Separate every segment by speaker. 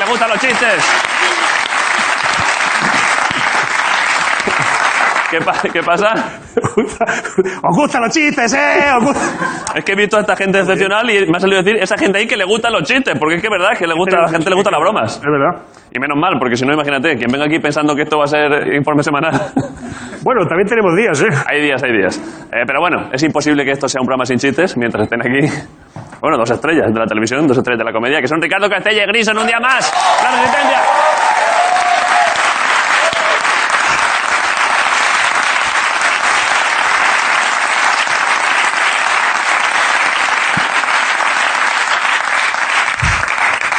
Speaker 1: me gustan los chistes. ¿Qué, pa- qué pasa?
Speaker 2: Os gustan los chistes, ¿eh? Os gusta-
Speaker 1: Es que he visto a esta gente excepcional y me ha salido decir esa gente ahí que le gustan los chistes, porque es que es verdad que le gusta, a la gente le gustan las bromas.
Speaker 2: Es verdad.
Speaker 1: Y menos mal, porque si no, imagínate, quien venga aquí pensando que esto va a ser informe semanal.
Speaker 2: Bueno, también tenemos días, ¿eh?
Speaker 1: hay días, hay días. Eh, pero bueno, es imposible que esto sea un programa sin chistes mientras estén aquí. Bueno, dos estrellas de la televisión, dos estrellas de la comedia, que son Ricardo Castella y Gris en un día más. ¡La Resistencia!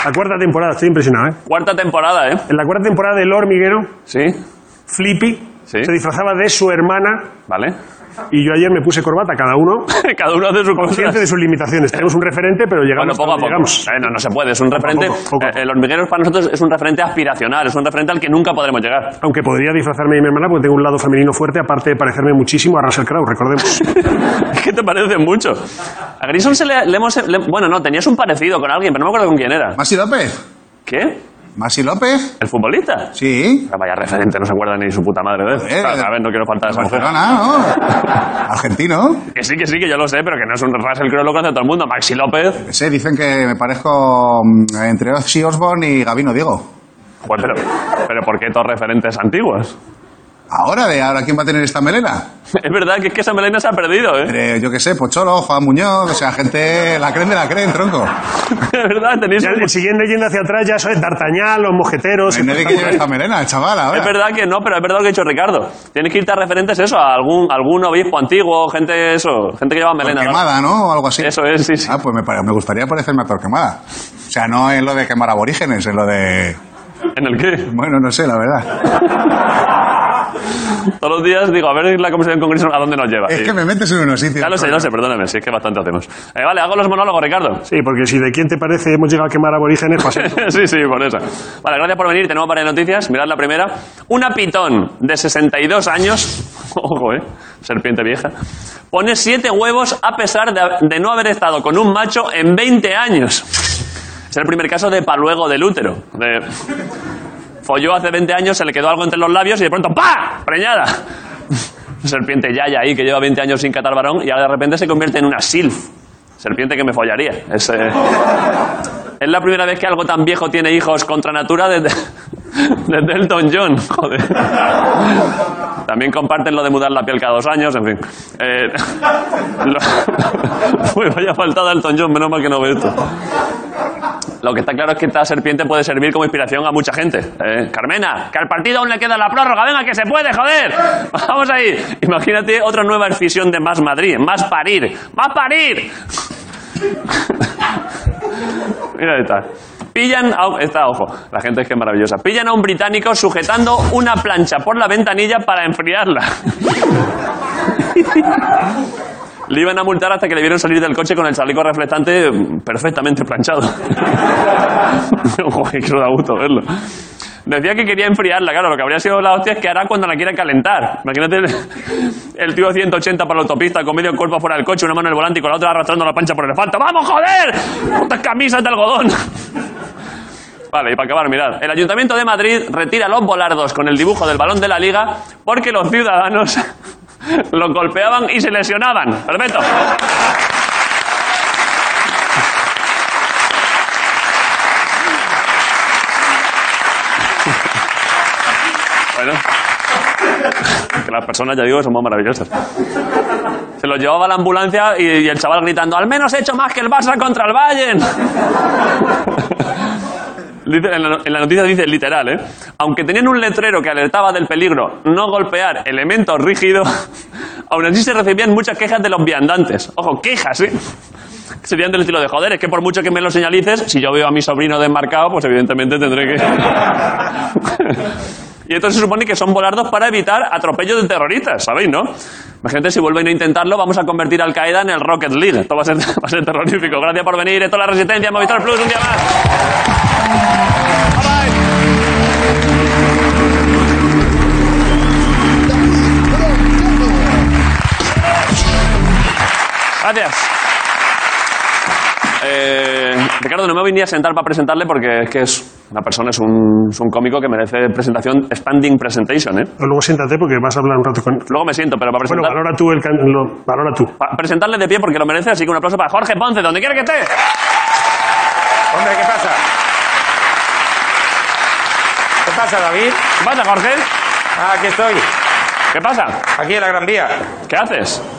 Speaker 2: La cuarta temporada, estoy impresionado, ¿eh?
Speaker 1: Cuarta temporada, ¿eh?
Speaker 2: En la cuarta temporada del hormiguero,
Speaker 1: Sí,
Speaker 2: Flippy
Speaker 1: Sí.
Speaker 2: se disfrazaba de su hermana
Speaker 1: vale.
Speaker 2: y yo ayer me puse corbata, cada uno
Speaker 1: Cada uno de sus cosas.
Speaker 2: consciente de sus limitaciones. Tenemos un referente, pero
Speaker 1: Bueno,
Speaker 2: llegamos
Speaker 1: poco a
Speaker 2: hasta
Speaker 1: poco.
Speaker 2: donde llegamos.
Speaker 1: Eh, no, no se puede. Es un referente.
Speaker 2: poco, poco a
Speaker 1: eh,
Speaker 2: poco.
Speaker 1: el hormiguero para nosotros es un referente aspiracional, es un referente al que nunca podremos llegar.
Speaker 2: Aunque podría disfrazarme de mi hermana porque tengo un lado femenino fuerte, aparte de parecerme muchísimo a Russell Crowe, recordemos.
Speaker 1: ¿Qué te parece mucho? A Grison se le, le hemos. le- bueno, no, tenías un parecido con alguien, pero no me acuerdo con quién era.
Speaker 3: ¿Masi López?
Speaker 1: ¿Qué?
Speaker 3: ¿Masi López?
Speaker 1: ¿El futbolista?
Speaker 3: Sí.
Speaker 1: Pero Vaya referente, no se acuerda ni su puta madre de él.
Speaker 3: Joder,
Speaker 1: Claro, a ver, no quiero faltar a esa mujer.
Speaker 3: Barcelona, ¿no? Argentino.
Speaker 1: Que sí, que sí, que yo lo sé, pero que no es un Russell Crowe, lo conoce todo el mundo. Maxi López.
Speaker 3: Sí, dicen que me parezco mm, entre Ozzy Osbourne y Gabino Diego.
Speaker 1: Joder, pero, pero ¿por qué todos referentes antiguos?
Speaker 3: Ahora, de ahora, ¿quién va a tener esta melena?
Speaker 1: Es verdad que es que esa melena se ha perdido, ¿eh?
Speaker 3: Entre, yo qué sé, Pocholo, Juan Muñoz, o sea, gente, la creen de la creen, tronco.
Speaker 1: Es verdad, tenéis
Speaker 2: Ya,
Speaker 1: un-
Speaker 2: el siguiente yendo hacia atrás ya es D'Artagnan, los mojeteros.
Speaker 3: Nadie que lleve esta melena, chaval,
Speaker 1: Es
Speaker 3: ahora.
Speaker 1: verdad que no, pero es verdad lo que ha dicho Ricardo. Tienes que irte a referentes eso, a algún, algún obispo antiguo, gente eso, gente que lleva melena. ¿no?
Speaker 3: Torquemada, ¿no? O algo así.
Speaker 1: Eso es, sí, sí.
Speaker 3: Ah, pues me, pare- me gustaría parecerme a Torquemada. O sea, no en lo de quemar aborígenes, en lo de... Ah.
Speaker 1: ¿En el qué?
Speaker 3: Bueno, no sé, la verdad.
Speaker 1: Todos los días digo, a ver la conversación con Grison, ¿a dónde nos lleva?
Speaker 3: Es
Speaker 1: Y-
Speaker 3: que me metes en unos sitios.
Speaker 1: Ya lo sé, ya lo sé, perdóname, si es que bastante hacemos. Eh, vale, hago los monólogos, Ricardo.
Speaker 2: Sí, porque si de quién te parece hemos llegado a quemar aborígenes, pues, José.
Speaker 1: sí, sí, por eso. Vale, gracias por venir. Tenemos varias noticias. Mirad la primera. Una pitón de 62 años, ojo, eh, serpiente vieja, pone siete huevos a pesar de, de no haber estado con un macho en 20 años. Es el primer caso de paluego del útero. De- Folló hace 20 años, se le quedó algo entre los labios y de pronto ¡pa! ¡Preñada! Serpiente Yaya ahí, que lleva 20 años sin catar varón y ahora de repente se convierte en una silf. Serpiente que me follaría. Es, eh, es la primera vez que algo tan viejo tiene hijos contra natura desde, desde Elton John. Joder. También comparten lo de mudar la piel cada dos años, en fin. Eh, lo- Uy, vaya faltada Elton John, menos mal que no ve esto. Lo que está claro es que esta serpiente puede servir como inspiración a mucha gente. ¿eh? Carmena, que al partido aún le queda la prórroga. Venga, que se puede, joder. Vamos ahí. Imagínate otra nueva escisión de Más Madrid. Más parir. Más parir. Mira esta. Pillan a, esta, ojo, la gente es que es maravillosa. Pillan a un británico sujetando una plancha por la ventanilla para enfriarla. Le iban a multar hasta que le vieron salir del coche con el chaleco reflectante mm, perfectamente planchado. Joder, que eso da gusto verlo. Decía que quería enfriarla, claro, lo que habría sido la hostia es que hará cuando la quiera calentar. Imagínate el, el tío 180 para la autopista, con medio cuerpo fuera del coche, una mano en el volante y con la otra arrastrando la pancha por el asfalto. ¡Vamos, joder! ¡Putas camisas de algodón! Vale, y para acabar, mirad. El Ayuntamiento de Madrid retira los volardos con el dibujo del balón de la liga porque los ciudadanos los golpeaban y se lesionaban. Perfecto. Bueno. Que las personas, ya digo, son más maravillosas. Se los llevaba a la ambulancia y, y el chaval gritando, al menos he hecho más que el Barça contra el Bayern. Dice- En la, en la noticia dice literal, ¿eh? Aunque tenían un letrero que alertaba del peligro no golpear elementos rígidos, aún así se recibían muchas quejas de los viandantes. Ojo, quejas, ¿eh? Serían del estilo de joder, es que por mucho que me lo señalices, si yo veo a mi sobrino desmarcado, pues evidentemente tendré que. y entonces se supone que son volardos para evitar atropellos de terroristas, ¿sabéis, no? Imagínate, si vuelven a intentarlo, vamos a convertir a Al Qaeda en el Rocket League. Esto va a ser, va a ser terrorífico. Gracias por venir. Esto es la Resistencia, Movistar Plus, un día más. Gracias. Eh, Ricardo, no me voy ni a sentar para presentarle porque es que es Una persona es un, es un cómico que merece presentación, standing presentation, ¿eh?
Speaker 2: Pero luego siéntate porque vas a hablar un rato con...
Speaker 1: Luego me siento, pero para
Speaker 2: Bueno,
Speaker 1: presentar...
Speaker 2: valora tú el... can- lo- valora tú.
Speaker 1: para presentarle de pie porque lo merece, así que un aplauso para Jorge Ponce, donde quiera que esté.
Speaker 4: Hombre, ¿qué pasa? ¿Qué pasa, David?
Speaker 1: ¿Qué pasa, Jorge?
Speaker 4: Ah, aquí estoy.
Speaker 1: ¿Qué pasa?
Speaker 4: Aquí en la Gran Vía.
Speaker 1: ¿Qué haces?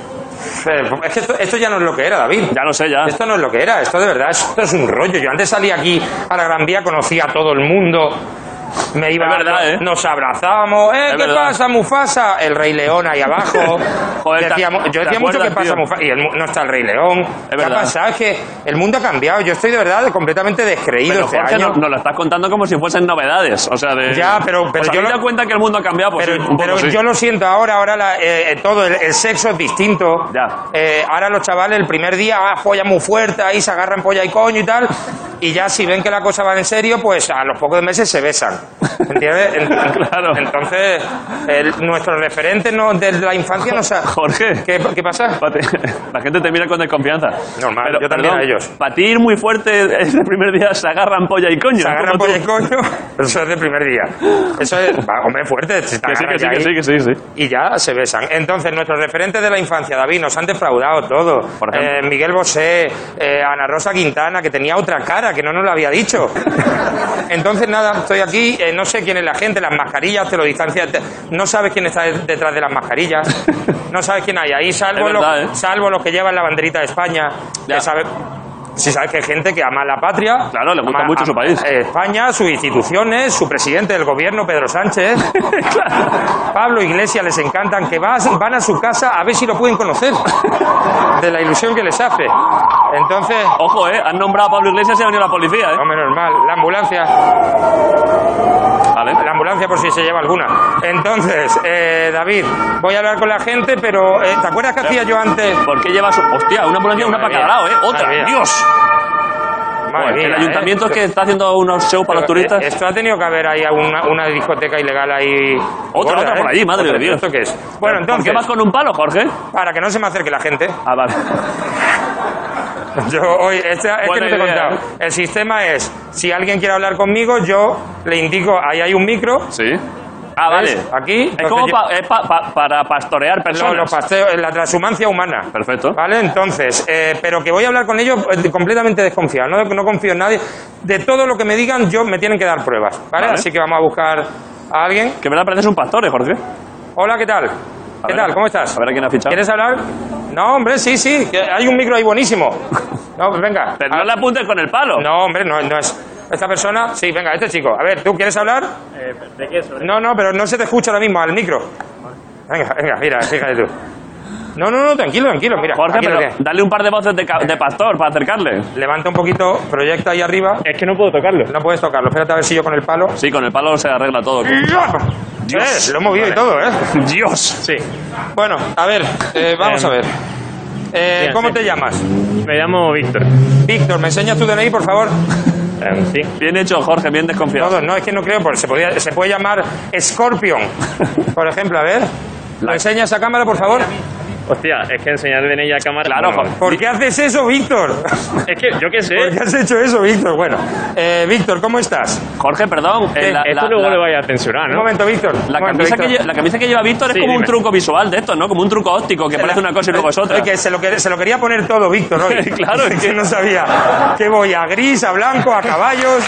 Speaker 4: Eh, Es que esto, esto ya no es lo que era, David.
Speaker 1: Ya lo sé, ya.
Speaker 4: Esto no es lo que era, esto de verdad, esto es un rollo. Yo antes salía aquí a la Gran Vía, conocía a todo el mundo. Me iba,
Speaker 1: Es verdad, ¿eh?
Speaker 4: nos abrazábamos. Eh,
Speaker 1: Es
Speaker 4: ¿Qué
Speaker 1: verdad.
Speaker 4: pasa, Mufasa? El Rey León ahí abajo.
Speaker 1: Joder, te-
Speaker 4: Decíamos-
Speaker 1: te
Speaker 4: yo decía mucho
Speaker 1: acuerdas,
Speaker 4: que pasa,
Speaker 1: tío.
Speaker 4: Mufasa. Y el mu- no está el Rey León. ¿Qué ha
Speaker 1: verdad.
Speaker 4: pasado? Es que el mundo ha cambiado. Yo estoy de verdad completamente descreído
Speaker 1: Pero
Speaker 4: este
Speaker 1: Jorge
Speaker 4: año.
Speaker 1: no- nos lo estás contando como si fuesen novedades. O sea, de.
Speaker 4: Ya, pero- pero
Speaker 1: ¿Os
Speaker 4: yo
Speaker 1: habéis
Speaker 4: lo-
Speaker 1: dado cuenta que el mundo ha cambiado? Pues
Speaker 4: Pero,
Speaker 1: sí, un poco,
Speaker 4: pero
Speaker 1: sí.
Speaker 4: yo lo siento ahora, ahora la- eh, eh, todo, el, el sexo es distinto.
Speaker 1: Ya.
Speaker 4: Eh, ahora los chavales el primer día ah, follan muy fuerte, ahí se agarran polla y coño y tal. Y ya si ven que la cosa va en serio, pues a los pocos meses se besan. ¿Entiendes? En- en-
Speaker 1: Claro.
Speaker 4: Entonces, el- nuestros referentes no, de la infancia no saben.
Speaker 1: Jorge.
Speaker 4: ¿Qué, qué pasa?
Speaker 1: Pati- La gente te mira con desconfianza.
Speaker 4: Normal, yo también a ellos.
Speaker 1: Para ti ir muy fuerte el primer día se agarran polla y coño. ¿eh?
Speaker 4: Se
Speaker 1: como
Speaker 4: agarran polla y
Speaker 1: tú.
Speaker 4: coño. Eso es de primer día. Eso es, va, hombre, fuerte. si te
Speaker 1: Que sí, que
Speaker 4: agarras
Speaker 1: sí,
Speaker 4: ya
Speaker 1: que
Speaker 4: ahí.
Speaker 1: sí, que sí, sí.
Speaker 4: y ya se besan. Entonces, nuestros referentes de la infancia, David, nos han defraudado todo.
Speaker 1: Por ejemplo.
Speaker 4: Eh, Miguel Bosé, eh, Ana Rosa Quintana, que tenía otra cara, que no nos lo había dicho. Entonces, nada, estoy aquí, eh, no sé quién es la gente, las mascarillas, te lo distancia, te- no sabes quién está de- detrás de las mascarillas, no sabes quién hay ahí, salvo,
Speaker 1: Es verdad,
Speaker 4: los,
Speaker 1: ¿eh?
Speaker 4: salvo los que llevan la banderita de España,
Speaker 1: Ya.
Speaker 4: que sabe- Si sabes que hay gente que ama la patria.
Speaker 1: Claro, le gusta
Speaker 4: ama-
Speaker 1: mucho su
Speaker 4: ama-
Speaker 1: país.
Speaker 4: eh, España, sus instituciones, su presidente del gobierno, Pedro Sánchez. Pablo Iglesias les encantan, que vas- van a su casa a ver si lo pueden conocer, de la ilusión que les hace. Entonces,
Speaker 1: Ojo, eh, han nombrado a Pablo Iglesias y ha venido la policía, eh.
Speaker 4: no menos mal, la ambulancia,
Speaker 1: Vale.
Speaker 4: la ambulancia por si se lleva alguna. Entonces, eh, David, voy a hablar con la gente, pero eh, ¿te acuerdas que hacía yo antes?
Speaker 1: ¿Por qué llevas. Hostia, una ambulancia, una para
Speaker 4: Madre
Speaker 1: cada lado, eh.
Speaker 4: mía,
Speaker 1: Otra,
Speaker 4: madre mía.
Speaker 1: Dios.
Speaker 4: Madre
Speaker 1: Joder,
Speaker 4: mía,
Speaker 1: el ayuntamiento
Speaker 4: eh.
Speaker 1: es que está haciendo unos shows para los
Speaker 4: Pero,
Speaker 1: turistas.
Speaker 4: eh, Esto ha tenido que haber ahí una, una discoteca ilegal ahí. ¿eh?
Speaker 1: Otra, otra por allí, madre de Dios.
Speaker 4: ¿Esto qué es? Bueno,
Speaker 1: ¿Por qué
Speaker 4: entonces,
Speaker 1: vas con un palo, Jorge?
Speaker 4: para que no se me acerque la gente,
Speaker 1: Ah, vale.
Speaker 4: Yo hoy, este, este
Speaker 1: Buena
Speaker 4: no te he
Speaker 1: idea, ¿eh?
Speaker 4: contado. El sistema es, si alguien quiere hablar conmigo, yo le indico, ahí hay un micro,
Speaker 1: Sí. Ah, vale.
Speaker 4: ¿Ves? Aquí,
Speaker 1: Es
Speaker 4: entonces
Speaker 1: como
Speaker 4: yo-
Speaker 1: pa- es pa- pa- para pastorear
Speaker 4: lo-
Speaker 1: personas.
Speaker 4: los pasteos, la transhumancia humana.
Speaker 1: Perfecto.
Speaker 4: ¿Vale? Entonces, eh, pero que voy a hablar con ellos eh, completamente desconfiado, no, no confío en nadie. De todo lo que me digan, yo me tienen que dar pruebas, ¿vale?
Speaker 1: Vale.
Speaker 4: Así que vamos a buscar a alguien.
Speaker 1: Que en verdad pareces un pastor, eh, Jorge.
Speaker 4: Hola, ¿qué tal? ¿Qué
Speaker 1: ver,
Speaker 4: tal? ¿Cómo estás?
Speaker 1: a ver a quién ha fichado.
Speaker 4: ¿Quieres hablar? No, hombre, sí, sí, que hay un micro ahí buenísimo. No, pues venga.
Speaker 1: Pero no le apuntes con el palo.
Speaker 4: No, hombre, no, no es. Esta persona, sí, venga, este chico. A ver, ¿tú quieres hablar? No, no, pero no se te escucha ahora mismo al micro. Venga, venga, mira, fíjate tú. No, no, no, tranquilo, tranquilo, mira.
Speaker 1: Jorge,
Speaker 4: aquí lo
Speaker 1: pero
Speaker 4: tienes.
Speaker 1: dale un par de voces de, ca- de pastor para acercarle.
Speaker 4: Levanta un poquito, proyecta ahí arriba.
Speaker 5: Es que no puedo tocarlo.
Speaker 4: No puedes tocarlo, espérate a ver si yo con el palo.
Speaker 1: Sí, con el palo se arregla todo.
Speaker 4: Dios, lo he movido y todo, ¿eh?
Speaker 1: Dios.
Speaker 5: Sí.
Speaker 4: Bueno, a ver, eh, vamos
Speaker 5: Em,
Speaker 4: a ver. Eh,
Speaker 5: bien,
Speaker 4: ¿Cómo
Speaker 5: sí.
Speaker 4: te llamas?
Speaker 5: Me llamo Víctor.
Speaker 4: Víctor, ¿me enseñas tu DNI, por favor?
Speaker 5: Em, sí.
Speaker 1: Bien hecho, Jorge, bien desconfiado.
Speaker 4: Todos, no, es que no creo, porque se, podía- se puede llamar Scorpion, por ejemplo, a ver. ¿Lo enseñas a cámara, por favor?
Speaker 5: Hostia, es que enseñarle en ella a cámara.
Speaker 1: Claro,
Speaker 5: Bueno,
Speaker 1: Jorge.
Speaker 4: ¿Por qué haces eso, Víctor?
Speaker 1: ¿Eh?
Speaker 5: Es que yo qué sé.
Speaker 4: ¿Por qué has hecho eso, Víctor? Bueno, eh, Víctor, ¿cómo estás?
Speaker 1: Jorge, perdón. eh, la,
Speaker 5: Esto
Speaker 1: la-
Speaker 5: luego
Speaker 1: la-
Speaker 5: lo vaya a censurar,
Speaker 4: Un
Speaker 5: ¿no?
Speaker 4: momento, Víctor. un
Speaker 1: la
Speaker 4: momento,
Speaker 1: camisa que
Speaker 4: Víctor.
Speaker 1: lle- la camisa que lleva Víctor es
Speaker 5: Sí,
Speaker 1: como un
Speaker 5: dime.
Speaker 1: truco visual de esto, ¿no? Como un truco óptico que parece una cosa y luego es otra.
Speaker 4: Es que se lo, quer- se lo quería poner todo, Víctor, hoy.
Speaker 1: Claro, es
Speaker 4: que no sabía. Que voy a gris, a blanco, a caballos.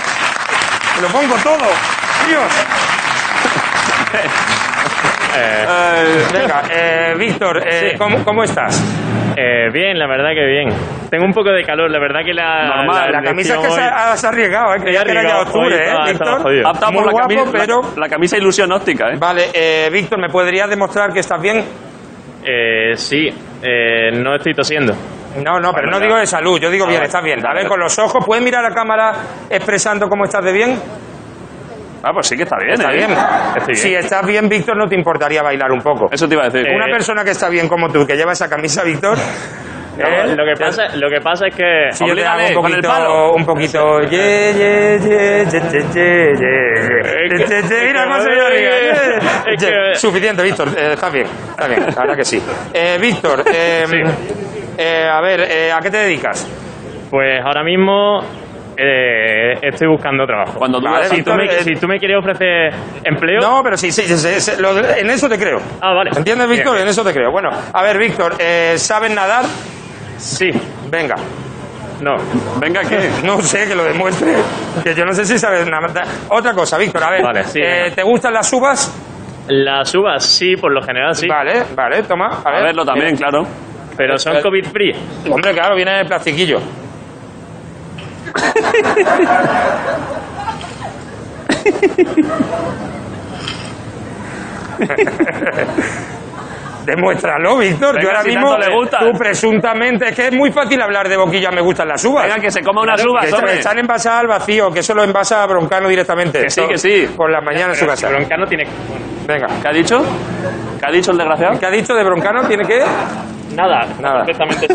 Speaker 4: Te lo pongo todo. Dios.
Speaker 1: Eh.
Speaker 4: Venga, eh, Víctor, eh,
Speaker 5: Sí.
Speaker 4: ¿cómo, cómo estás?
Speaker 5: Eh, bien, la verdad que bien. Tengo un poco de calor, la verdad que la.
Speaker 1: Normal,
Speaker 4: La camisa
Speaker 5: elección
Speaker 4: que se
Speaker 5: hoy-
Speaker 4: ha- has arriesgado, ¿eh? Creía que era ya
Speaker 5: arriesgado,
Speaker 4: octubre,
Speaker 5: hoy
Speaker 4: ¿eh,
Speaker 5: estaba- estaba
Speaker 4: Víctor?
Speaker 5: jodido.
Speaker 1: Ha optado
Speaker 4: Muy
Speaker 1: por la,
Speaker 4: guapo,
Speaker 1: camisa, la-
Speaker 4: pero...
Speaker 1: la camisa ilusión óptica, ¿eh?
Speaker 4: Vale, eh, Víctor, ¿me podrías demostrar que estás bien?
Speaker 5: Eh, sí, eh, no estoy tosiendo.
Speaker 4: No, no, pero no
Speaker 5: ya.
Speaker 4: digo de salud, yo digo bien,
Speaker 5: vale.
Speaker 4: estás bien. A
Speaker 5: Vale.
Speaker 4: ver, con los ojos, ¿puedes mirar a cámara expresando cómo estás de bien?
Speaker 1: Ah, pues sí que está bien,
Speaker 4: Está
Speaker 1: ¿eh?
Speaker 4: bien.
Speaker 5: Estoy bien.
Speaker 4: Si estás bien, Víctor, no te importaría bailar un poco.
Speaker 1: Eso te iba a decir.
Speaker 5: Eh,
Speaker 4: Una persona que está bien como tú, que lleva esa camisa, Víctor.
Speaker 5: No,
Speaker 4: ¿eh?
Speaker 5: lo, que pasa, lo que pasa es que.
Speaker 4: Si yo te hago
Speaker 1: Oblígale,
Speaker 4: un
Speaker 1: con el
Speaker 4: poquito,
Speaker 1: palo.
Speaker 4: un poquito. ye, ye, ye, ye, ye, ye, ye, ye, ye, ye, Mira
Speaker 5: es que-
Speaker 4: cómo se me olvida,
Speaker 5: es
Speaker 4: ye,
Speaker 5: que-
Speaker 4: ye. Suficiente, Víctor. eh, Está bien, está bien, la verdad que sí. Eh, Víctor, eh,
Speaker 5: Sí.
Speaker 4: eh, a ver, eh, ¿a qué te dedicas?
Speaker 5: Pues ahora mismo. eh, estoy buscando trabajo.
Speaker 1: Cuando tú
Speaker 4: Vale,
Speaker 1: das-
Speaker 5: si, tú me,
Speaker 4: Víctor, eh,
Speaker 5: si tú me quieres ofrecer empleo,
Speaker 4: No, pero sí, sí, sí, sí, sí, lo- en eso te creo.
Speaker 5: Ah, vale.
Speaker 4: ¿Entiendes,
Speaker 5: Bien.
Speaker 4: Víctor? En eso te creo. Bueno, a ver, Víctor, eh, ¿saben nadar?
Speaker 5: sí,
Speaker 4: Venga.
Speaker 5: no.
Speaker 1: Venga, ¿qué?
Speaker 4: No sé, que lo demuestre. Que yo no sé si sabes nada. Otra cosa, Víctor, a ver.
Speaker 5: Vale, sí,
Speaker 4: eh,
Speaker 5: venga.
Speaker 4: ¿Te gustan las uvas?
Speaker 5: Las uvas sí, por lo general sí,
Speaker 4: Vale, vale, toma. A ver.
Speaker 1: A verlo también, claro.
Speaker 5: pero son
Speaker 4: Eh,
Speaker 5: COVID free.
Speaker 4: Hombre, claro, viene en el plastiquillo. Demuéstralo, Víctor.
Speaker 1: Venga,
Speaker 4: Yo ahora
Speaker 1: si
Speaker 4: mismo,
Speaker 1: tanto le gusta.
Speaker 4: tú presuntamente, es que es muy fácil hablar de boquilla, me gustan las uvas.
Speaker 1: Venga, que se coma unas uvas,
Speaker 4: Que están-
Speaker 1: hombre.
Speaker 4: están envasadas al vacío, que eso lo envasa a Broncano directamente.
Speaker 1: Que sí,
Speaker 4: Esto,
Speaker 1: que sí.
Speaker 4: Por la mañana en su
Speaker 5: Pero
Speaker 4: casa.
Speaker 5: Broncano tiene
Speaker 4: Venga.
Speaker 1: ¿Qué ha dicho? ¿Qué ha dicho el desgraciado?
Speaker 4: ¿Qué ha dicho de Broncano? ¿Tiene que...?
Speaker 5: nada, está
Speaker 4: Nada.
Speaker 5: perfectamente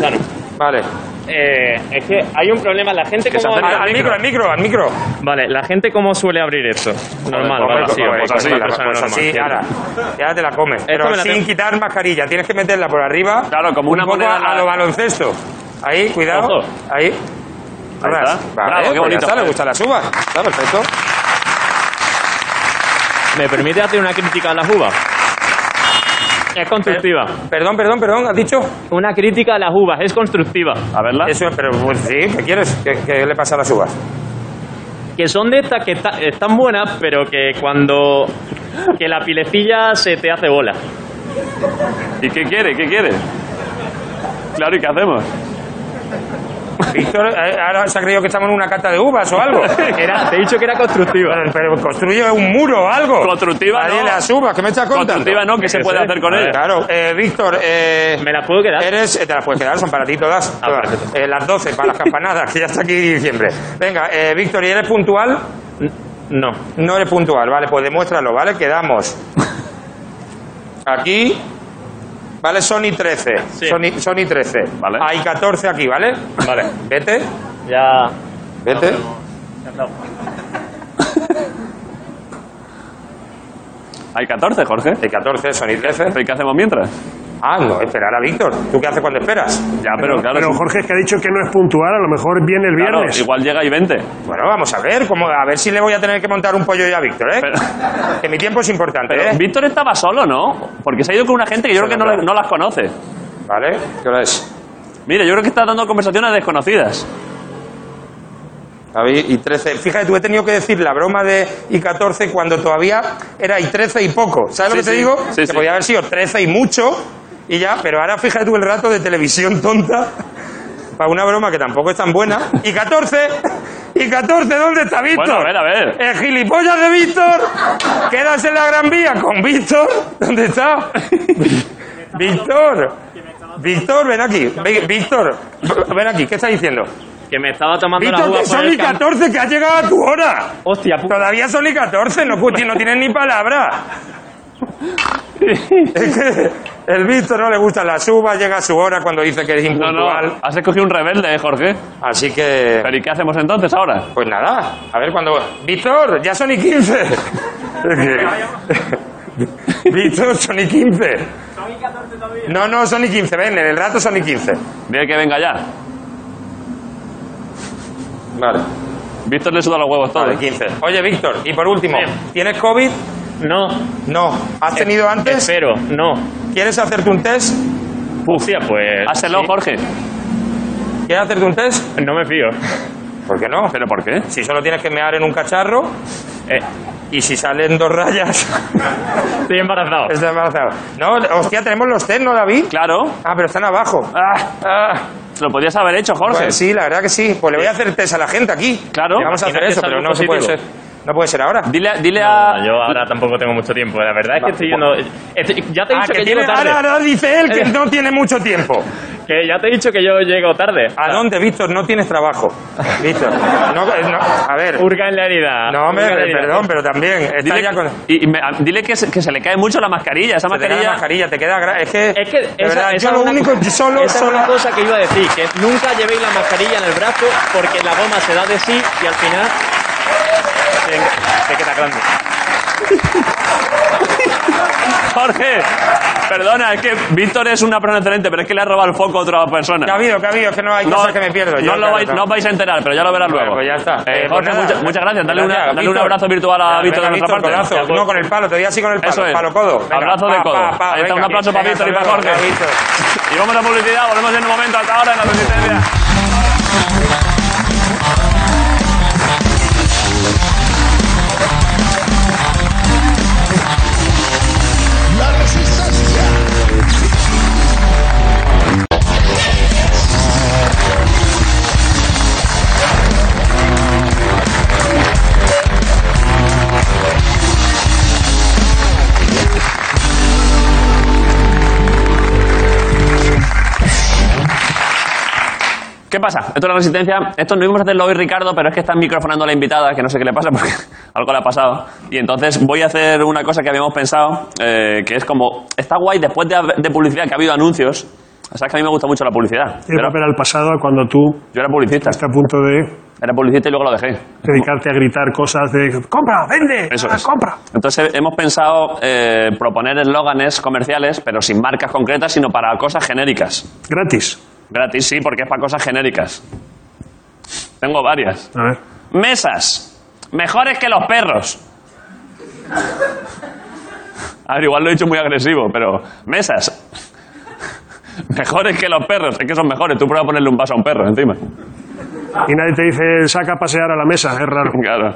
Speaker 5: sano.
Speaker 4: Vale.
Speaker 5: Eh, es que hay un problema, la gente
Speaker 1: Que se
Speaker 5: como...
Speaker 1: acerque
Speaker 4: Al, al micro, al micro, al micro.
Speaker 5: Vale, la gente cómo suele abrir esto. Normal,
Speaker 4: Pues,
Speaker 5: vale,
Speaker 4: pues,
Speaker 5: sí,
Speaker 4: pues, pues
Speaker 5: pues así,
Speaker 4: así,
Speaker 5: persona
Speaker 4: pues
Speaker 5: normal,
Speaker 4: así,
Speaker 5: cierto.
Speaker 4: ahora. Ya te la comes. Pero
Speaker 5: me la
Speaker 4: sin
Speaker 5: tengo.
Speaker 4: quitar mascarilla. Tienes que meterla por arriba.
Speaker 1: Claro, como una
Speaker 4: un poco
Speaker 1: moneda
Speaker 4: a,
Speaker 1: en la-
Speaker 4: a lo baloncesto. Ahí, cuidado.
Speaker 5: Ojo.
Speaker 4: Ahí. Ahora,
Speaker 1: está.
Speaker 4: vale,
Speaker 1: Bravo, qué
Speaker 4: pues ya
Speaker 1: bonito.
Speaker 4: Está, le gustan las uvas. Está perfecto.
Speaker 5: ¿Me permite hacer una crítica a las uvas? Es constructiva.
Speaker 4: Perdón, perdón, perdón. ¿Has dicho?
Speaker 5: Una crítica a las uvas, es constructiva.
Speaker 1: A verla.
Speaker 4: Eso, pero pues sí, ¿qué quieres? ¿Qué, qué le pasa a las uvas?
Speaker 5: Que son de estas que ta- están buenas, pero que cuando... Que la pilecilla se te hace bola.
Speaker 1: ¿Y qué quiere? ¿Qué quiere? Claro, ¿y qué hacemos?
Speaker 4: Víctor, eh, ahora se ha creído que estamos en una cata de uvas o algo.
Speaker 5: Era, te he dicho que era constructiva.
Speaker 4: Pero, pero construye un muro o algo.
Speaker 1: Constructiva
Speaker 4: Ahí
Speaker 1: no.
Speaker 4: las uvas, ¿qué me estás contando?
Speaker 1: Constructiva no, ¿qué se
Speaker 5: Yo
Speaker 1: puede
Speaker 5: sé.
Speaker 1: hacer con
Speaker 5: A ver,
Speaker 1: ella?
Speaker 4: Claro, eh, Víctor, eh,
Speaker 5: ¿Me las puedo quedar?
Speaker 4: Eres, eh, te las puedes quedar, son para ti todas.
Speaker 5: Ah,
Speaker 4: todas.
Speaker 5: perfecto.
Speaker 4: Eh, las 12 para las campanadas, que ya está aquí diciembre. Venga, eh, Víctor, ¿y eres puntual?
Speaker 5: No.
Speaker 4: No eres puntual, vale, pues demuéstralo, ¿vale? Quedamos. Aquí. Vale, Sony 13.
Speaker 5: Sí.
Speaker 4: Sony, Sony 13.
Speaker 1: Vale.
Speaker 4: Hay 14 aquí, ¿vale?
Speaker 5: Vale.
Speaker 4: Vete,
Speaker 5: Ya...
Speaker 4: vete.
Speaker 1: Hay 14, Jorge.
Speaker 4: Hay 14, Sony 13.
Speaker 1: ¿Y qué hacemos mientras?
Speaker 4: Ah, no, esperar a Víctor. ¿Tú qué haces cuando esperas?
Speaker 1: Ya, pero claro.
Speaker 2: Pero
Speaker 1: sí.
Speaker 2: Jorge es que ha dicho que no es puntual, a lo mejor viene el
Speaker 1: Claro,
Speaker 2: viernes.
Speaker 1: igual llega y 20.
Speaker 4: Bueno, vamos a ver, cómo, a ver si le voy a tener que montar un pollo ya a Víctor, ¿eh?
Speaker 1: Pero-
Speaker 4: que mi tiempo es importante,
Speaker 1: Pero
Speaker 4: ¿eh?
Speaker 1: Víctor estaba solo, ¿no? Porque se ha ido con una gente que yo
Speaker 4: Sí,
Speaker 1: creo que no,
Speaker 4: claro.
Speaker 1: le- no las conoce.
Speaker 4: ¿Vale? ¿Qué hora es?
Speaker 1: Mira, yo creo que está dando conversaciones a desconocidas.
Speaker 4: David, y 13. Fíjate, tú he tenido que decir la broma de y 14 cuando todavía era y 13 y poco. ¿Sabes
Speaker 1: Sí,
Speaker 4: lo que
Speaker 1: sí.
Speaker 4: te digo?
Speaker 1: Sí,
Speaker 4: que
Speaker 1: sí.
Speaker 4: podía haber sido 13 y mucho y ya, pero ahora fíjate tú el rato de televisión tonta para una broma que tampoco es tan buena. Y 14, y 14, ¿dónde está Víctor? Eh,
Speaker 1: Bueno, a ver, a ver.
Speaker 4: El gilipollas de Víctor, quedas en la Gran Vía con Víctor. ¿Dónde está? Víctor, Víctor, ven aquí. Ve- Víctor, ven aquí, ¿qué estás diciendo?
Speaker 5: Que me estaba tomando las
Speaker 4: Víctor, que
Speaker 5: uvas por
Speaker 4: son
Speaker 5: el
Speaker 4: y
Speaker 5: campo.
Speaker 4: 14, que has llegado a tu hora.
Speaker 5: Hostia, puta.
Speaker 4: Todavía son y 14, no, pu- no tienes ni palabra. Es que el Víctor no le gustan las uvas, llega a su hora cuando dice que es
Speaker 1: No, no.
Speaker 4: impuntual.
Speaker 1: Has escogido un rebelde, ¿eh, Jorge?
Speaker 4: Así que,
Speaker 1: Pero ¿y qué hacemos entonces ahora?
Speaker 4: pues nada, a ver cuando... Víctor, ya son y 15. Es que- Víctor, son y 15. No, no, son y 15, ven, en el rato son y 15.
Speaker 1: Dile que venga ya.
Speaker 4: Vale,
Speaker 1: Víctor le suda los huevos todos.
Speaker 4: vale, 15. Oye, Víctor, y por último,
Speaker 5: Sí.
Speaker 4: ¿tienes COVID?
Speaker 5: No.
Speaker 4: No. ¿Has
Speaker 1: Eh,
Speaker 4: tenido antes?
Speaker 5: Espero, no.
Speaker 4: ¿Quieres hacerte un test?
Speaker 5: Hostia, pues...
Speaker 1: Háselo,
Speaker 5: sí.
Speaker 1: Jorge.
Speaker 4: ¿Quieres hacerte un test?
Speaker 5: No me fío.
Speaker 4: ¿Por qué no?
Speaker 1: ¿Pero por qué?
Speaker 4: Si solo tienes que mear en un cacharro
Speaker 5: Eh,
Speaker 4: y si salen dos rayas,
Speaker 5: estoy embarazado.
Speaker 4: está embarazado. No, hostia, tenemos los test, ¿no, David?
Speaker 1: Claro.
Speaker 4: Ah, pero están abajo.
Speaker 1: Ah,
Speaker 4: Ah,
Speaker 1: lo podías haber hecho, Jorge.
Speaker 4: pues sí, la verdad que sí. Pues le voy a hacer test a la gente aquí.
Speaker 1: Claro.
Speaker 4: Le Vamos a hacer
Speaker 5: Imagínate
Speaker 4: eso, pero
Speaker 5: algo
Speaker 4: no se puede ser.
Speaker 5: positivo.
Speaker 4: No puede ser ahora.
Speaker 1: Dile, dile
Speaker 5: No,
Speaker 1: a...
Speaker 5: yo ahora tampoco tengo mucho tiempo. La verdad es que estoy yendo. estoy- ya te he
Speaker 4: Ah,
Speaker 5: dicho
Speaker 4: que
Speaker 5: que,
Speaker 4: tiene-
Speaker 5: llego tarde. Eh.
Speaker 4: ahora, ahora dice él que no tiene mucho tiempo.
Speaker 5: Que ya te he dicho que yo llego tarde.
Speaker 4: ¿A dónde, Víctor? No tienes trabajo. Víctor. No, no, a ver.
Speaker 5: Urga en la herida.
Speaker 4: No, hombre,
Speaker 5: Urga en la herida.
Speaker 4: perdón, pero también. Está
Speaker 1: Dile,
Speaker 4: ya con.
Speaker 1: y- y me- a- dile que, se, que se le cae mucho la mascarilla. Esa
Speaker 4: Te queda la
Speaker 1: mascarilla...
Speaker 4: mascarilla, te queda. gra- Es que.
Speaker 5: Es que
Speaker 4: de
Speaker 5: esa,
Speaker 4: verdad,
Speaker 5: esa
Speaker 4: yo lo
Speaker 5: es una
Speaker 4: único.
Speaker 5: cosa-
Speaker 4: Solo,
Speaker 5: esa es
Speaker 4: solo.
Speaker 5: una cosa que iba a decir, que nunca llevéis la mascarilla en el brazo porque la goma se da de sí y al final se, se queda grande.
Speaker 1: Jorge, perdona, es que Víctor es una persona excelente, pero es que le ha robado el foco a otra persona.
Speaker 4: Que ha habido, que ha habido, es que no hay cosas que me pierdo.
Speaker 1: no
Speaker 4: yo,
Speaker 1: lo
Speaker 4: claro,
Speaker 1: vais,
Speaker 4: claro.
Speaker 1: no os vais a enterar, pero ya lo verás luego.
Speaker 4: Bueno, pues ya
Speaker 1: Eh,
Speaker 4: está. Eh, pues
Speaker 1: Jorge,
Speaker 4: nada.
Speaker 1: mucha- muchas gracias. Dale, una-
Speaker 4: Gracias,
Speaker 1: dale un
Speaker 4: Víctor.
Speaker 1: abrazo virtual a
Speaker 4: Ya,
Speaker 1: Víctor de
Speaker 4: venga,
Speaker 1: nuestra parte. Pues,
Speaker 4: Víctor, codazo.
Speaker 1: Ya,
Speaker 4: No, con el palo, te doy así con el palo.
Speaker 1: Eso es.
Speaker 4: Palo, codo. Venga,
Speaker 1: Abrazo
Speaker 4: pa,
Speaker 1: de codo.
Speaker 4: pa, pa,
Speaker 1: Ahí está, un
Speaker 4: venga.
Speaker 1: aplauso para
Speaker 4: Venga,
Speaker 1: Víctor y para
Speaker 4: hasta luego,
Speaker 1: Jorge.
Speaker 4: Víctor.
Speaker 1: Y vamos a publicidad, volvemos en un momento hasta ahora en la resistencia. ¿Qué pasa? Esto es la resistencia. Esto no íbamos a hacerlo hoy, Ricardo, pero es que están microfonando a la invitada, que no sé qué le pasa porque algo le ha pasado. Y entonces voy a hacer una cosa que habíamos pensado, eh, que es como. Está guay después de, de publicidad que ha habido anuncios. O sea, es que a mí me gusta mucho la publicidad.
Speaker 2: Es
Speaker 1: Pero
Speaker 2: volver al pasado a cuando tú
Speaker 1: yo era publicista.
Speaker 2: estás a punto de
Speaker 1: Era publicista y luego lo dejé.
Speaker 2: dedicarte a gritar cosas de compra, vende,
Speaker 1: Eso
Speaker 2: ah,
Speaker 1: es.
Speaker 2: compra.
Speaker 1: Entonces hemos pensado eh, proponer eslóganes comerciales, pero sin marcas concretas, sino para cosas genéricas.
Speaker 2: Gratis.
Speaker 1: Gratis, sí, porque es para cosas genéricas. Tengo varias.
Speaker 2: A ver.
Speaker 1: Mesas. Mejores que los perros. A ver, igual lo he dicho muy agresivo, pero. Mesas. Mejores que los perros. Es que son mejores. Tú pruebas a ponerle un vaso a un perro encima.
Speaker 2: Y nadie te dice, saca a pasear a la mesa, es raro.
Speaker 1: Claro.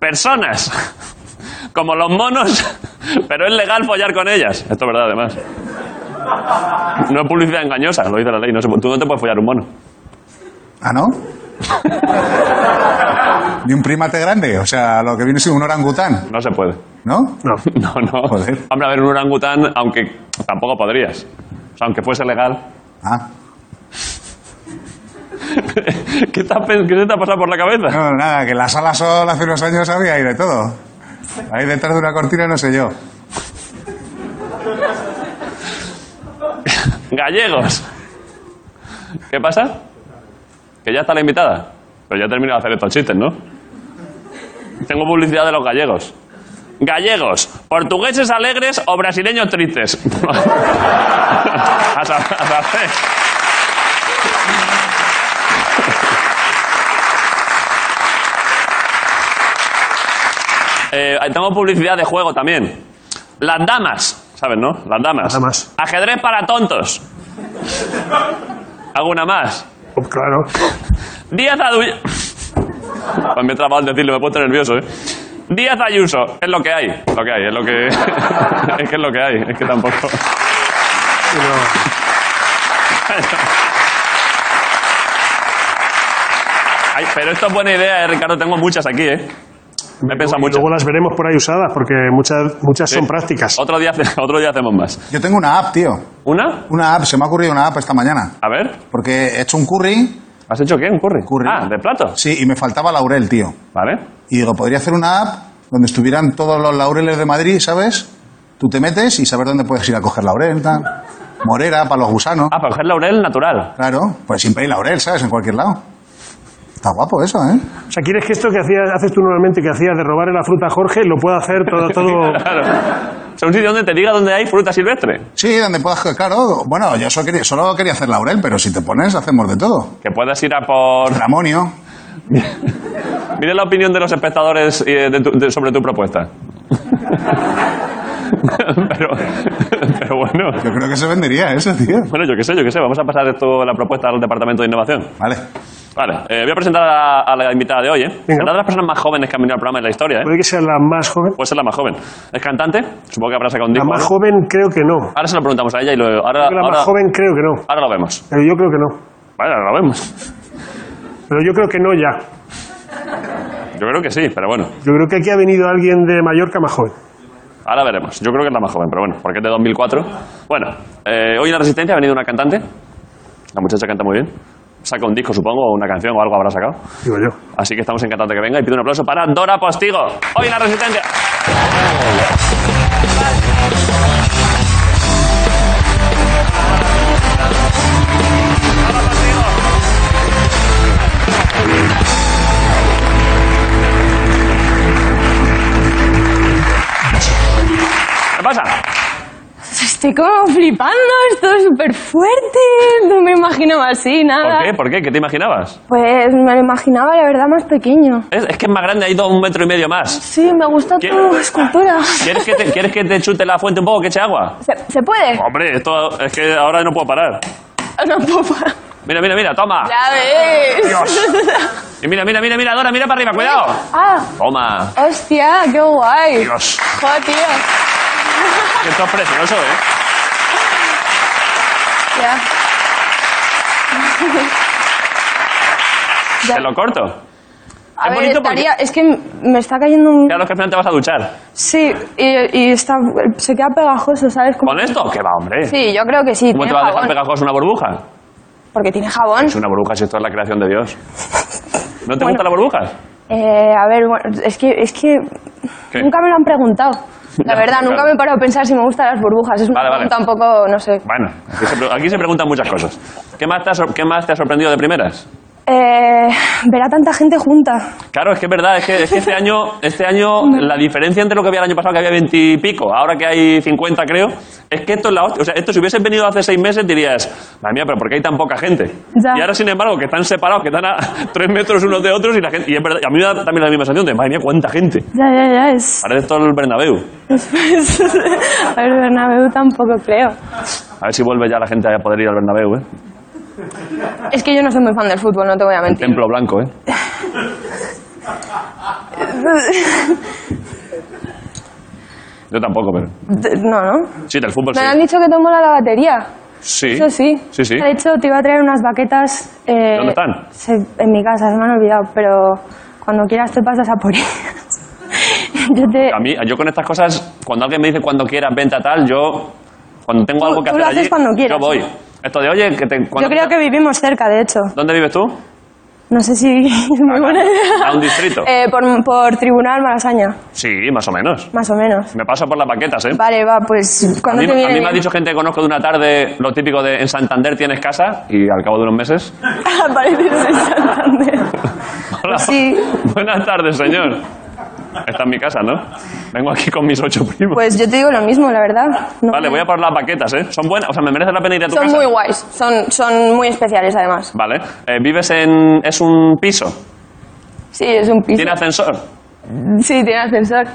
Speaker 1: Personas. Como los monos, pero es legal follar con ellas. Esto es verdad, además. No es publicidad engañosa, lo dice la ley. No se pu- tú no te puedes follar un mono.
Speaker 3: ¿Ah, no? Ni un primate grande, o sea, lo que viene siendo un orangután,
Speaker 1: No se puede.
Speaker 3: ¿no?
Speaker 2: No.
Speaker 1: No, no.
Speaker 3: Joder.
Speaker 1: Hombre, a ver, un orangután, aunque tampoco podrías. O sea, aunque fuese legal.
Speaker 3: Ah,
Speaker 1: ¿Qué, te ha pen- qué se te ha pasado por la cabeza?
Speaker 3: no, nada, que en la sala sol hace unos años había y de todo. Ahí detrás de una cortina no sé yo.
Speaker 1: Gallegos. ¿Qué pasa? Que ya está la invitada. Pero ya he terminado de hacer estos chistes, ¿no? Tengo publicidad de los gallegos. Gallegos, portugueses alegres o brasileños tristes. A saber- a saber. Eh, tengo publicidad de juego también. Las damas, ¿sabes, no? Las damas.
Speaker 2: Las damas.
Speaker 1: Ajedrez para tontos. ¿Alguna más?
Speaker 2: Oh, Claro.
Speaker 1: Díaz Ayuso. Pues me he trabado al decirlo, me he puesto nervioso, ¿eh? Díaz Ayuso, es lo que hay. Lo que hay, es lo que. es que es lo que hay, es que tampoco.
Speaker 2: Pero-
Speaker 1: Ay, pero esto es buena idea, eh, Ricardo, tengo muchas aquí, ¿eh? Me he pensado
Speaker 2: y
Speaker 1: mucho.
Speaker 2: luego las veremos por ahí usadas, porque muchas, muchas
Speaker 1: Sí.
Speaker 2: son prácticas.
Speaker 1: Otro día, hace- otro día hacemos más.
Speaker 3: Yo tengo una app, tío.
Speaker 1: ¿Una?
Speaker 3: Una app, se me ha ocurrido una app esta mañana.
Speaker 1: A ver,
Speaker 3: Porque he hecho un curry,
Speaker 1: ¿has hecho qué? ¿Un curry?
Speaker 3: Curry.
Speaker 1: Ah, de plato.
Speaker 3: sí, y me faltaba laurel, tío.
Speaker 1: Vale.
Speaker 3: Y digo, podría hacer una app donde estuvieran todos los laureles de Madrid, ¿sabes? Tú te metes y saber dónde puedes ir a coger laurel, tal. Morera, para los gusanos.
Speaker 1: Ah, para coger laurel natural.
Speaker 3: Claro, pues siempre hay laurel, ¿sabes? En cualquier lado. Está guapo eso, ¿eh?
Speaker 2: O sea, ¿quieres que esto que hacías, haces tú normalmente, que hacías de robarle la fruta a Jorge, lo pueda hacer todo, todo
Speaker 1: Claro. O sea, un sitio donde te diga dónde hay fruta silvestre.
Speaker 3: Sí, donde puedas... co- Claro, bueno, yo solo quería, solo quería hacer laurel, pero si te pones, hacemos de todo.
Speaker 1: Que puedas ir a por.
Speaker 3: Ramonio.
Speaker 1: Mira la opinión de los espectadores eh, de tu- de- sobre tu propuesta. pero, pero bueno,
Speaker 3: Yo creo que se vendería eso, tío.
Speaker 1: bueno, yo qué sé, yo qué sé. Vamos a pasar esto, la propuesta al Departamento de Innovación.
Speaker 3: Vale.
Speaker 1: Vale, eh, voy a presentar a, a la invitada de hoy. ¿eh?
Speaker 2: Venga. Pues-
Speaker 1: Una de las personas más jóvenes que han venido al programa en la historia. ¿eh?
Speaker 2: Puede que sea la más joven.
Speaker 1: Puede ser la más joven. Es cantante, supongo que habrá sacado un
Speaker 2: La
Speaker 1: disco.
Speaker 2: más
Speaker 1: Pues ¿no?
Speaker 2: joven creo que no.
Speaker 1: Ahora se lo preguntamos a ella y lo, ahora,
Speaker 2: Creo que La
Speaker 1: ahora,
Speaker 2: más joven creo que no.
Speaker 1: ahora lo vemos.
Speaker 2: Pero yo creo que no.
Speaker 1: Vale, ahora lo vemos.
Speaker 2: Pero yo creo que no ya.
Speaker 1: Yo creo que sí, pero bueno.
Speaker 2: Yo creo que aquí ha venido alguien de Mallorca más joven.
Speaker 1: Ahora veremos. Yo creo que es la más joven, pero bueno, porque es de 2004. Bueno, eh, hoy en la Resistencia ha venido una cantante. La muchacha canta muy bien. Saca un disco, supongo, o una canción o algo habrá sacado.
Speaker 2: Digo yo.
Speaker 1: Así que estamos encantados de que venga y pido un aplauso para Dora Postigo. Hoy en la Resistencia. pasa?
Speaker 6: Estoy como flipando, esto es súper fuerte. No me imaginaba así, nada.
Speaker 1: ¿Por qué? ¿Por qué? ¿Qué te imaginabas?
Speaker 6: Pues me lo imaginaba, la verdad, más pequeño.
Speaker 1: Es, es que es más grande, hay dos, un metro y medio más.
Speaker 6: Sí, me gusta
Speaker 1: ¿Qué?
Speaker 6: tu escultura.
Speaker 1: ¿Quieres que, te, ¿Quieres que te chute la fuente un poco, que eche agua?
Speaker 6: ¿Se, se puede?
Speaker 1: Hombre, esto es que ahora no puedo parar. Oh.
Speaker 6: No puedo.
Speaker 1: Mira, mira, mira, toma.
Speaker 6: Ya ves.
Speaker 1: Y mira, mira, mira, mira, Dora, mira para arriba, cuidado.
Speaker 6: Ah,
Speaker 1: Toma.
Speaker 6: hostia, qué guay.
Speaker 1: Dios,
Speaker 6: Joder, tío.
Speaker 1: que esto es precioso, ¿eh?
Speaker 6: Ya. Ya.
Speaker 1: Te lo corto.
Speaker 6: A
Speaker 1: es
Speaker 6: ver,
Speaker 1: bonito porque-
Speaker 6: estaría- Es que me está cayendo un...
Speaker 1: Claro que al final te vas a duchar.
Speaker 6: Sí, y, y está, se queda pegajoso, ¿sabes? Como-
Speaker 1: ¿Con esto? ¿Qué va, hombre?
Speaker 6: Sí, yo creo que sí.
Speaker 1: ¿Cómo
Speaker 6: tiene
Speaker 1: te vas a dejar
Speaker 6: jabón.
Speaker 1: pegajoso una burbuja?
Speaker 6: Porque tiene jabón.
Speaker 1: Es una burbuja si esto es la creación de Dios. ¿No te
Speaker 6: Bueno.
Speaker 1: gustan las burbujas?
Speaker 6: Eh, a ver, bueno, es que, es que
Speaker 1: ¿Qué?
Speaker 6: nunca me lo han preguntado. La
Speaker 1: Ya,
Speaker 6: verdad,
Speaker 1: claro.
Speaker 6: nunca me he parado a pensar si me gustan las burbujas. Es una
Speaker 1: Vale, vale.
Speaker 6: pregunta un poco, no sé.
Speaker 1: Bueno, aquí se, pre- aquí se preguntan muchas cosas. ¿Qué más, te ha sor- ¿Qué más te ha sorprendido de primeras?
Speaker 6: Eh, ver a tanta gente junta.
Speaker 1: Claro, es que es verdad, es que, es que este año, este año la diferencia entre lo que había el año pasado, que había 20 y pico, ahora que hay 50 creo, es que esto es la hostia. O sea, esto si hubieses venido hace seis meses dirías, madre mía, pero ¿por qué hay tan poca gente?
Speaker 6: Ya.
Speaker 1: Y ahora, sin embargo, que están separados, que están a tres metros unos de otros y la gente... Y es verdad, a mí me da también la misma sensación de, madre mía, cuánta gente.
Speaker 6: Ya, ya, ya, es...
Speaker 1: Parece todo el Bernabéu.
Speaker 6: a ver, Bernabéu tampoco creo.
Speaker 1: A ver si vuelve ya la gente a poder ir al Bernabéu, ¿eh?
Speaker 6: Es que yo no soy muy fan del fútbol, no te voy a mentir.
Speaker 1: Templo blanco, ¿eh? Yo tampoco, pero...
Speaker 6: De- No, ¿no?
Speaker 1: Sí, del fútbol
Speaker 6: Me
Speaker 1: pues sí.
Speaker 6: han dicho que tomo la batería.
Speaker 1: Sí.
Speaker 6: Eso sí.
Speaker 1: Sí, sí.
Speaker 6: De hecho, te iba a traer unas baquetas. eh,
Speaker 1: ¿Dónde están?
Speaker 6: se- en mi casa, se me han olvidado, pero cuando quieras te pasas a por ellas. yo te.
Speaker 1: A mí, yo con estas cosas, cuando alguien me dice cuando quieras, venta tal, yo... Cuando tengo
Speaker 6: Tú-
Speaker 1: algo que
Speaker 6: tú
Speaker 1: hacer
Speaker 6: lo haces
Speaker 1: allí,
Speaker 6: cuando
Speaker 1: yo
Speaker 6: quieras.
Speaker 1: voy. Esto de, oye, que te...
Speaker 6: Yo
Speaker 1: cuando-
Speaker 6: creo que vivimos cerca, de hecho.
Speaker 1: ¿Dónde vives tú?
Speaker 6: No sé si es muy buena idea.
Speaker 1: a un distrito.
Speaker 6: Eh, por, por Tribunal Malasaña,
Speaker 1: Sí, más o menos.
Speaker 6: más o menos.
Speaker 1: Me paso por las baquetas, ¿eh?
Speaker 6: Vale, va, pues
Speaker 1: A
Speaker 6: cuando
Speaker 1: mí,
Speaker 6: te
Speaker 1: a
Speaker 6: viene
Speaker 1: mí me ha
Speaker 6: bien?
Speaker 1: dicho gente que conozco de una tarde lo típico de en Santander tienes casa y al cabo de unos meses.
Speaker 6: Ah, Apareces en Santander.
Speaker 1: Hola.
Speaker 6: Sí.
Speaker 1: Buenas tardes, señor. Está en mi casa, ¿no? Vengo aquí con mis ocho primos.
Speaker 6: Pues yo te digo lo mismo, la verdad. No
Speaker 1: vale,
Speaker 6: me-
Speaker 1: voy a por las baquetas, ¿eh? Son buenas, o sea, me merece la pena ir a tu
Speaker 6: Son
Speaker 1: casa.
Speaker 6: muy guays, son, son muy especiales además.
Speaker 1: Vale. Eh, ¿Vives en. es un piso?
Speaker 6: Sí, es un piso.
Speaker 1: ¿Tiene ascensor?
Speaker 6: Sí, tiene ascensor.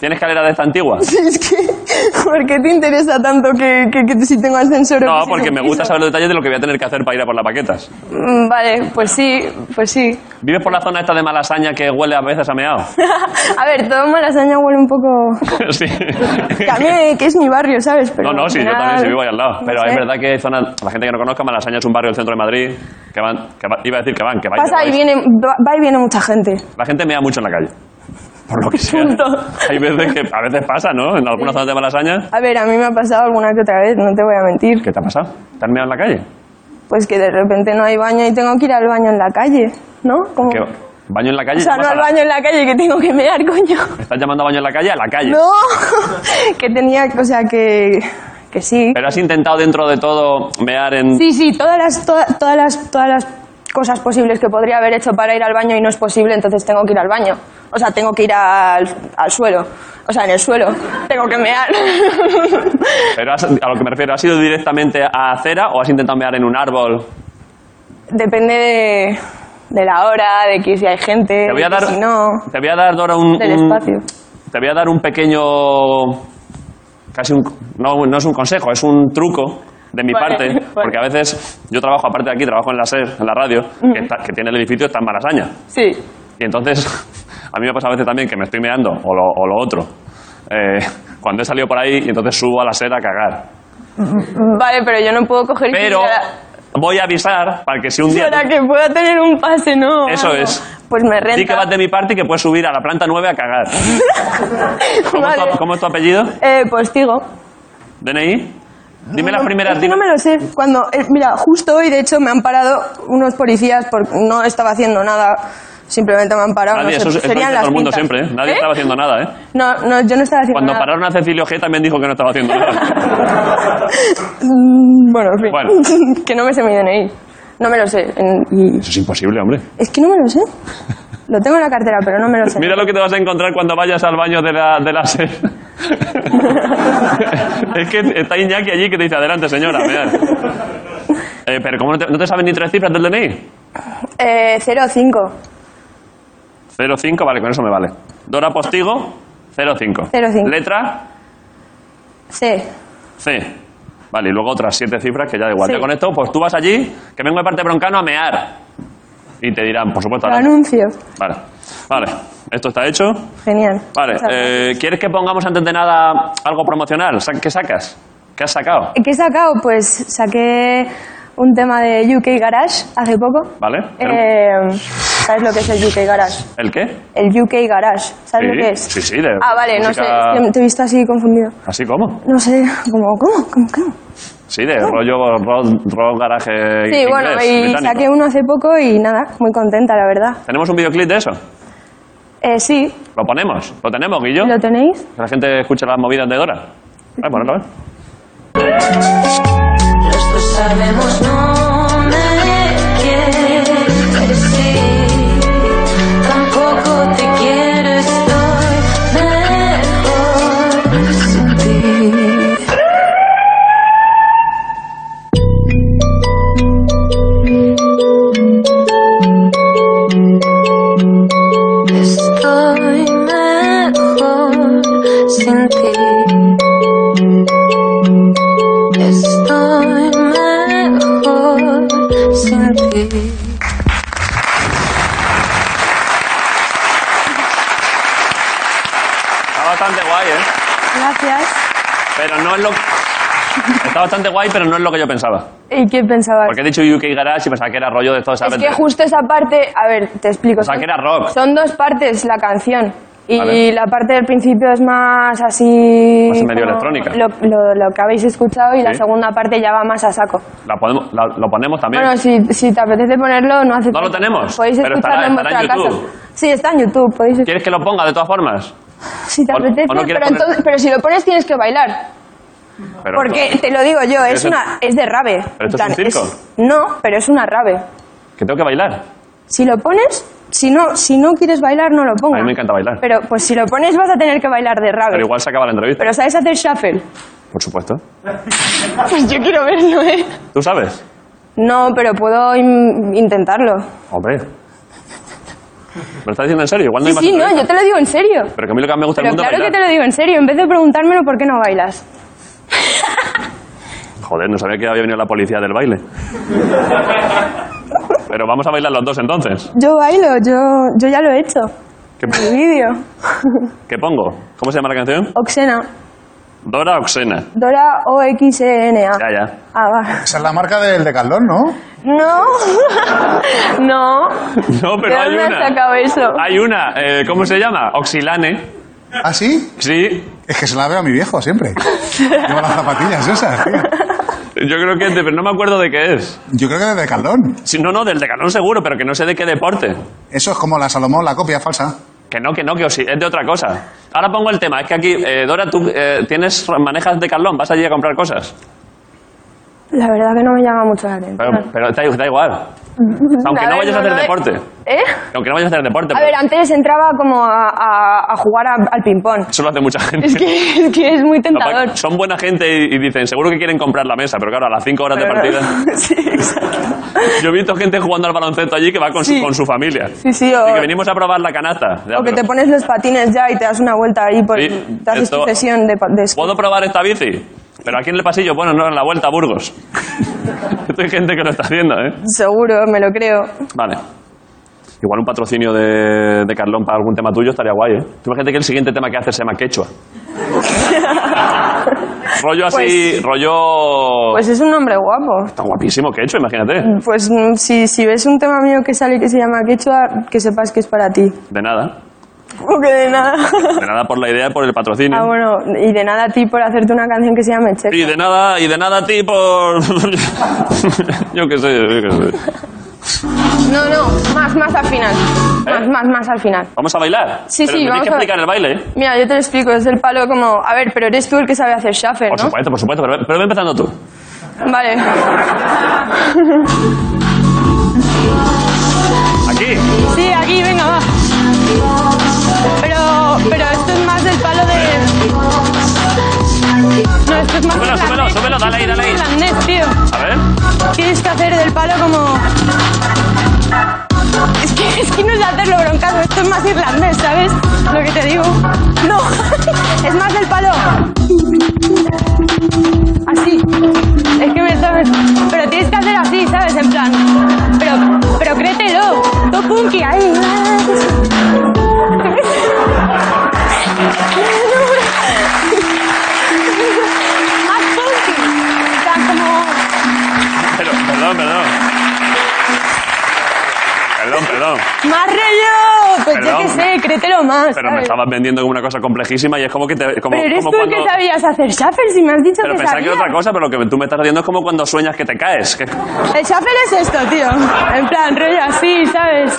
Speaker 1: ¿Tiene escalera de esta antigua?
Speaker 6: Sí, es que, ¿por qué te interesa tanto que, que- que si tengo ascensor o que
Speaker 1: No,
Speaker 6: si
Speaker 1: porque
Speaker 6: es un
Speaker 1: me gusta
Speaker 6: piso?
Speaker 1: saber los detalles de lo que voy a tener que hacer para ir a por las baquetas.
Speaker 6: Mm, Vale, pues sí, pues sí.
Speaker 1: ¿Vives por la zona esta de Malasaña que huele a veces a meado?
Speaker 6: A ver, todo Malasaña huele un poco...
Speaker 1: sí.
Speaker 6: Que a mí, que es mi barrio, ¿sabes? Pero
Speaker 1: No, no,
Speaker 6: al
Speaker 1: sí, yo
Speaker 6: final-
Speaker 1: también sí vivo ahí al lado.
Speaker 6: no
Speaker 1: Pero es
Speaker 6: sé.
Speaker 1: verdad que hay zonas, la gente que no conozca, Malasaña es un barrio del centro de Madrid, que van, que va- iba a decir que van, que vais,
Speaker 6: Pasa
Speaker 1: que
Speaker 6: y
Speaker 1: vais.
Speaker 6: viene, va va y viene mucha gente.
Speaker 1: La gente mea mucho en la calle. Por lo que sea.
Speaker 6: Punto.
Speaker 1: Hay veces que a veces pasa, ¿no? En algunas zonas de Malasaña.
Speaker 6: A ver, a mí me ha pasado alguna que otra vez, no te voy a mentir.
Speaker 1: ¿Qué te ha pasado? ¿Te han meado en la calle?
Speaker 6: Pues que de repente no hay baño y tengo que ir al baño en la calle, ¿no? Como...
Speaker 1: ¿Qué? ¿Baño en la calle?
Speaker 6: O sea,
Speaker 1: ¿Llamas
Speaker 6: no
Speaker 1: a
Speaker 6: al
Speaker 1: la-
Speaker 6: baño en la calle que tengo que mear, coño.
Speaker 1: ¿Estás llamando a baño en la calle? A la calle.
Speaker 6: No, que tenía, o sea, que, que sí.
Speaker 1: Pero has intentado dentro de todo mear en...
Speaker 6: Sí, sí, todas las, toda- todas las, todas las cosas posibles que podría haber hecho para ir al baño y no es posible, entonces tengo que ir al baño. O sea, tengo que ir al, al suelo. O sea, en el suelo. Tengo que mear.
Speaker 1: Pero has- a lo que me refiero, ¿has ido directamente a acera o has intentado mear en un árbol?
Speaker 6: Depende de, de la hora, de que si hay gente,
Speaker 1: Te voy a
Speaker 6: de
Speaker 1: dar,
Speaker 6: que si Eh, no,
Speaker 1: te voy a dar Dora, un,
Speaker 6: del
Speaker 1: un-
Speaker 6: espacio.
Speaker 1: Te voy a dar un pequeño, casi un, no, no es un consejo, es un truco de mi
Speaker 6: Vale,
Speaker 1: parte,
Speaker 6: vale.
Speaker 1: porque a veces yo trabajo aparte de aquí, trabajo en la SER, en la radio, que, está- que tiene el edificio está en Malasaña,
Speaker 6: Sí.
Speaker 1: y entonces a mí me pasa a veces también que me estoy meando o lo, o lo otro. Eh, cuando he salido por ahí y entonces subo a la SER a cagar,
Speaker 6: Vale, pero yo no puedo coger... y
Speaker 1: Mm. pero
Speaker 6: ir a-
Speaker 1: voy a avisar para que si un día
Speaker 6: Para que pueda tener un pase, ¿no?
Speaker 1: Eso
Speaker 6: Algo.
Speaker 1: es.
Speaker 6: Pues me
Speaker 1: di que
Speaker 6: renta.
Speaker 1: vas de mi parte y que puedes subir a la planta 9 a cagar. ¿Cómo, es tu-
Speaker 6: Vale.
Speaker 1: cómo es tu apellido?
Speaker 6: Eh, postigo.
Speaker 1: DNI. Dime las
Speaker 6: No,
Speaker 1: primeras.
Speaker 6: Es que no
Speaker 1: dime-
Speaker 6: me lo sé. Cuando, eh, mira, justo hoy, de hecho, me han parado unos policías porque no estaba haciendo nada. Simplemente me han parado.
Speaker 1: Nadie,
Speaker 6: no sé,
Speaker 1: eso, es- eso
Speaker 6: serían
Speaker 1: dice
Speaker 6: las
Speaker 1: todo el mundo
Speaker 6: pintas.
Speaker 1: siempre, ¿eh? Nadie
Speaker 6: ¿Eh?
Speaker 1: estaba haciendo nada, ¿eh?
Speaker 6: No, no, yo no estaba haciendo
Speaker 1: Cuando
Speaker 6: nada.
Speaker 1: pararon a Cecilio G también dijo que no estaba haciendo nada.
Speaker 6: Mm, Bueno, en fin.
Speaker 1: Bueno.
Speaker 6: que no me sé mi DNI. No me lo sé. En- y-
Speaker 1: Eso es imposible, hombre.
Speaker 6: Es que no me lo sé. Lo tengo en la cartera, pero no me lo sé.
Speaker 1: Mira lo que te vas a encontrar cuando vayas al baño de la, de la SER. es que está Iñaki allí que te dice, adelante, señora, mirad. Eh, pero ¿cómo no te, no te saben ni tres cifras del DNI?
Speaker 6: Eh, 05,
Speaker 1: 05, vale, con eso me vale. Dora Postigo, 05.
Speaker 6: 05.
Speaker 1: Letra,
Speaker 6: C.
Speaker 1: C. Vale, y luego otras siete cifras que ya da igual.
Speaker 6: Sí.
Speaker 1: Ya con esto, pues tú vas allí, que vengo de parte de broncano a mear. Y te dirán, por supuesto,
Speaker 6: Lo
Speaker 1: adelante.
Speaker 6: anuncio.
Speaker 1: Vale, vale. Esto está hecho.
Speaker 6: Genial.
Speaker 1: Vale,
Speaker 6: Muchas gracias.
Speaker 1: eh, ¿quieres que pongamos antes de nada algo promocional? Sa- ¿Qué sacas? ¿Qué has sacado?
Speaker 6: ¿Qué he sacado? Pues saqué un tema de UK Garage hace poco.
Speaker 1: Vale.
Speaker 6: Eh, ¿Sabes lo que es el UK Garage?
Speaker 1: ¿El qué?
Speaker 6: El UK Garage. ¿Sabes
Speaker 1: Sí,
Speaker 6: lo que es?
Speaker 1: sí, sí, de
Speaker 6: ah, vale, no sé.
Speaker 1: música-
Speaker 6: es que Te he visto así confundido.
Speaker 1: ¿Así como?
Speaker 6: No sé, como, ¿cómo? ¿Cómo? ¿Cómo?
Speaker 1: Sí, de rollo rock, rock garaje
Speaker 6: Oh. Sí,
Speaker 1: inglés,
Speaker 6: bueno, y
Speaker 1: británico.
Speaker 6: saqué uno hace poco y nada, muy contenta, la verdad.
Speaker 1: ¿Tenemos un videoclip de eso?
Speaker 6: Eh, sí,
Speaker 1: ¿Lo ponemos? ¿Lo tenemos, Guillo?
Speaker 6: ¿lo tenéis?
Speaker 1: Que la gente escuche las movidas de Dora. Ah, Vale, ponerlo, a ver.
Speaker 7: Los dos sabemos no me quieres sí, tampoco te quiero, estoy mejor sin ti. Estoy mejor sin ti. Estoy mejor sin ti.
Speaker 1: Está bastante guay, ¿eh?
Speaker 6: Gracias.
Speaker 1: Pero no es lo... Está bastante guay, pero no es lo que yo pensaba.
Speaker 6: ¿Y qué pensabas?
Speaker 1: Porque he dicho UK Garage y pensaba que era rollo de todo, ¿sabes?
Speaker 6: Es que justo esa parte, a ver, te explico.
Speaker 1: sea,
Speaker 6: Son-
Speaker 1: que era rock.
Speaker 6: Son dos partes la canción. Y
Speaker 1: Vale.
Speaker 6: la parte del principio es más así.
Speaker 1: Más medio
Speaker 6: como
Speaker 1: electrónica.
Speaker 6: Lo, lo- lo que habéis escuchado y la
Speaker 1: Sí.
Speaker 6: segunda parte ya va más a saco.
Speaker 1: La podemos, la- lo ponemos también.
Speaker 6: Bueno, si, si te apetece ponerlo, no hace
Speaker 1: No lo
Speaker 6: falta.
Speaker 1: tenemos,
Speaker 6: Podéis
Speaker 1: pero estará-
Speaker 6: escucharlo en
Speaker 1: estará
Speaker 6: vuestra
Speaker 1: en
Speaker 6: casa.
Speaker 1: YouTube.
Speaker 6: Sí, está en YouTube. Podéis
Speaker 1: ¿Quieres que lo ponga de todas formas?
Speaker 6: Si te
Speaker 1: O- o no
Speaker 6: apetece,
Speaker 1: quieres
Speaker 6: pero,
Speaker 1: poner-
Speaker 6: entonces- pero si lo pones tienes que bailar.
Speaker 1: Pero-
Speaker 6: Porque te lo digo yo, es,
Speaker 1: eso-
Speaker 6: una, es de rave.
Speaker 1: Pero esto
Speaker 6: En
Speaker 1: es un circo.
Speaker 6: no, pero es una rave.
Speaker 1: Que tengo que bailar.
Speaker 6: Si lo pones, si no, si no quieres bailar, no lo pongas.
Speaker 1: A mí me encanta bailar.
Speaker 6: Pero pues si lo pones vas a tener que bailar de rave.
Speaker 1: Pero igual se acaba la entrevista.
Speaker 6: Pero sabes hacer shuffle.
Speaker 1: Por supuesto.
Speaker 6: Pues yo quiero verlo, ¿eh?
Speaker 1: ¿Tú sabes?
Speaker 6: No, pero puedo in- intentarlo.
Speaker 1: Hombre. ¿Me lo estás diciendo en serio? Igual no
Speaker 6: Sí,
Speaker 1: hay más
Speaker 6: sí, no,
Speaker 1: entrevista.
Speaker 6: yo te lo digo en serio.
Speaker 1: Pero que a mí lo que más me gusta del
Speaker 6: Pero
Speaker 1: mundo
Speaker 6: claro
Speaker 1: es
Speaker 6: que
Speaker 1: bailar.
Speaker 6: te lo digo en serio. En vez de preguntármelo por qué no bailas.
Speaker 1: Joder, no sabía que había venido la policía del baile. Pero vamos a bailar los dos entonces.
Speaker 6: Yo bailo, yo, yo ya lo he hecho.
Speaker 1: ¿Qué,
Speaker 6: El vídeo.
Speaker 1: qué pongo? ¿Cómo se llama la canción?
Speaker 6: Oxena.
Speaker 1: Dora Oxena.
Speaker 6: Dora O-X-E-N-A.
Speaker 1: Ya, ya.
Speaker 6: Ah, va.
Speaker 3: Esa es la marca del de Caldón, ¿no?
Speaker 6: No. no.
Speaker 1: No, pero
Speaker 6: ¿De
Speaker 1: hay
Speaker 6: dónde has
Speaker 1: una.
Speaker 6: sacado eso?
Speaker 1: Hay una. eh, ¿Cómo se llama? Oxilane.
Speaker 3: ¿Ah, sí?
Speaker 1: Sí.
Speaker 3: Es que se la veo a mi viejo siempre. Lleva las zapatillas esas, tío.
Speaker 1: Yo creo que es de- pero no me acuerdo de qué es.
Speaker 3: Yo creo que de Decathlon.
Speaker 1: Sí, no, no, del decalón seguro, pero que no sé de qué deporte.
Speaker 3: Eso es como la Salomón, la copia falsa.
Speaker 1: Que no, que no, que os- es de otra cosa. Ahora pongo el tema. Es que aquí, eh, Dora, tú eh, tienes, manejas de Carlón, vas allí a comprar cosas.
Speaker 6: La verdad que no me llama mucho la atención.
Speaker 1: Pero, pero da, da igual. Aunque no
Speaker 6: ver,
Speaker 1: vayas a
Speaker 6: no,
Speaker 1: hacer
Speaker 6: no, eh.
Speaker 1: deporte.
Speaker 6: ¿Eh?
Speaker 1: Aunque no vayas a hacer deporte.
Speaker 6: A
Speaker 1: pero
Speaker 6: ver, antes entraba como a, a- a jugar a- al ping-pong.
Speaker 1: eso lo hace mucha gente.
Speaker 6: Es que, es que es muy
Speaker 1: Capaz
Speaker 6: tentador.
Speaker 1: que son buena gente y, y dicen, seguro que quieren comprar la mesa, pero claro, a las 5 horas
Speaker 6: Pero no.
Speaker 1: de partida.
Speaker 6: Sí, exacto.
Speaker 1: Yo he visto gente jugando al baloncesto allí que va con,
Speaker 6: Sí.
Speaker 1: su, con su familia.
Speaker 6: Sí, sí, o,
Speaker 1: Y que venimos a probar la canasta. Ya,
Speaker 6: o que
Speaker 1: pero-
Speaker 6: te pones los patines ya y te das una vuelta ahí por
Speaker 1: Sí,
Speaker 6: te haces tu
Speaker 1: esto-
Speaker 6: sesión de, pa- de esquí.
Speaker 1: ¿Puedo probar esta bici? Pero aquí en el pasillo, bueno, no, en la vuelta a Burgos. Esto hay gente que lo está haciendo, ¿eh?
Speaker 6: Seguro, me lo creo.
Speaker 1: Vale. Igual un patrocinio de, de Carlón para algún tema tuyo estaría guay, ¿eh? Tú imagínate que el siguiente tema que haces se llama quechua. rollo así, rollo...
Speaker 6: Pues es un hombre guapo.
Speaker 1: Está guapísimo quechua, imagínate.
Speaker 6: Pues mm, si, si ves un tema mío que sale que se llama quechua, que sepas que es para ti.
Speaker 1: De nada.
Speaker 6: Como que de nada.
Speaker 1: De nada por la idea, por el
Speaker 6: Ah,
Speaker 1: patrocinio.
Speaker 6: bueno, y de nada a ti por hacerte una canción que se llama Che.
Speaker 1: Y de nada, y de nada a ti por... yo qué sé, yo qué sé.
Speaker 6: No, no, más, más al final.
Speaker 1: ¿Eh?
Speaker 6: Más, más, más al final.
Speaker 1: Vamos a bailar.
Speaker 6: Sí,
Speaker 1: Pero
Speaker 6: sí,
Speaker 1: tenéis
Speaker 6: vamos
Speaker 1: que
Speaker 6: a-
Speaker 1: explicar el baile, ¿eh?
Speaker 6: Mira, yo te lo explico, es del palo como, a ver, pero eres tú el que sabe hacer shuffle,
Speaker 1: Por
Speaker 6: ¿no?
Speaker 1: supuesto, por supuesto, pero, pero ve empezando tú.
Speaker 6: Vale.
Speaker 1: Aquí.
Speaker 6: Sí, aquí, venga, va. Pero, pero esto es más del palo de...
Speaker 1: no, dale ahí, dale ahí.
Speaker 6: Irlandés, tío.
Speaker 1: A ver.
Speaker 6: Tienes que hacer del palo como... Es que, es que no es de hacerlo broncado, esto es más irlandés, ¿sabes? Lo que te digo. No, es más del palo. Así. Es que me sabes. Pero tienes que hacer así, ¿sabes? En plan. Pero, pero créetelo. Tú punky ahí. Más punky. En plan, como.
Speaker 1: Pero, perdón, perdón. Perdón, perdón.
Speaker 6: Más rollo, pues yo
Speaker 1: Perdón.
Speaker 6: qué sé, créetelo más.
Speaker 1: Pero me
Speaker 6: ¿sabes?
Speaker 1: estabas vendiendo como una cosa complejísima y es como que te. Como,
Speaker 6: Pero eres
Speaker 1: como
Speaker 6: tú el
Speaker 1: cuando-
Speaker 6: que sabías hacer Schaffer, si me has dicho
Speaker 1: Pero
Speaker 6: que
Speaker 1: pensaba
Speaker 6: sabías.
Speaker 1: que era otra cosa, pero lo que tú me estás haciendo es como cuando sueñas que te caes. que-
Speaker 6: El Schaffer es esto, tío. En plan, rollo así, ¿sabes?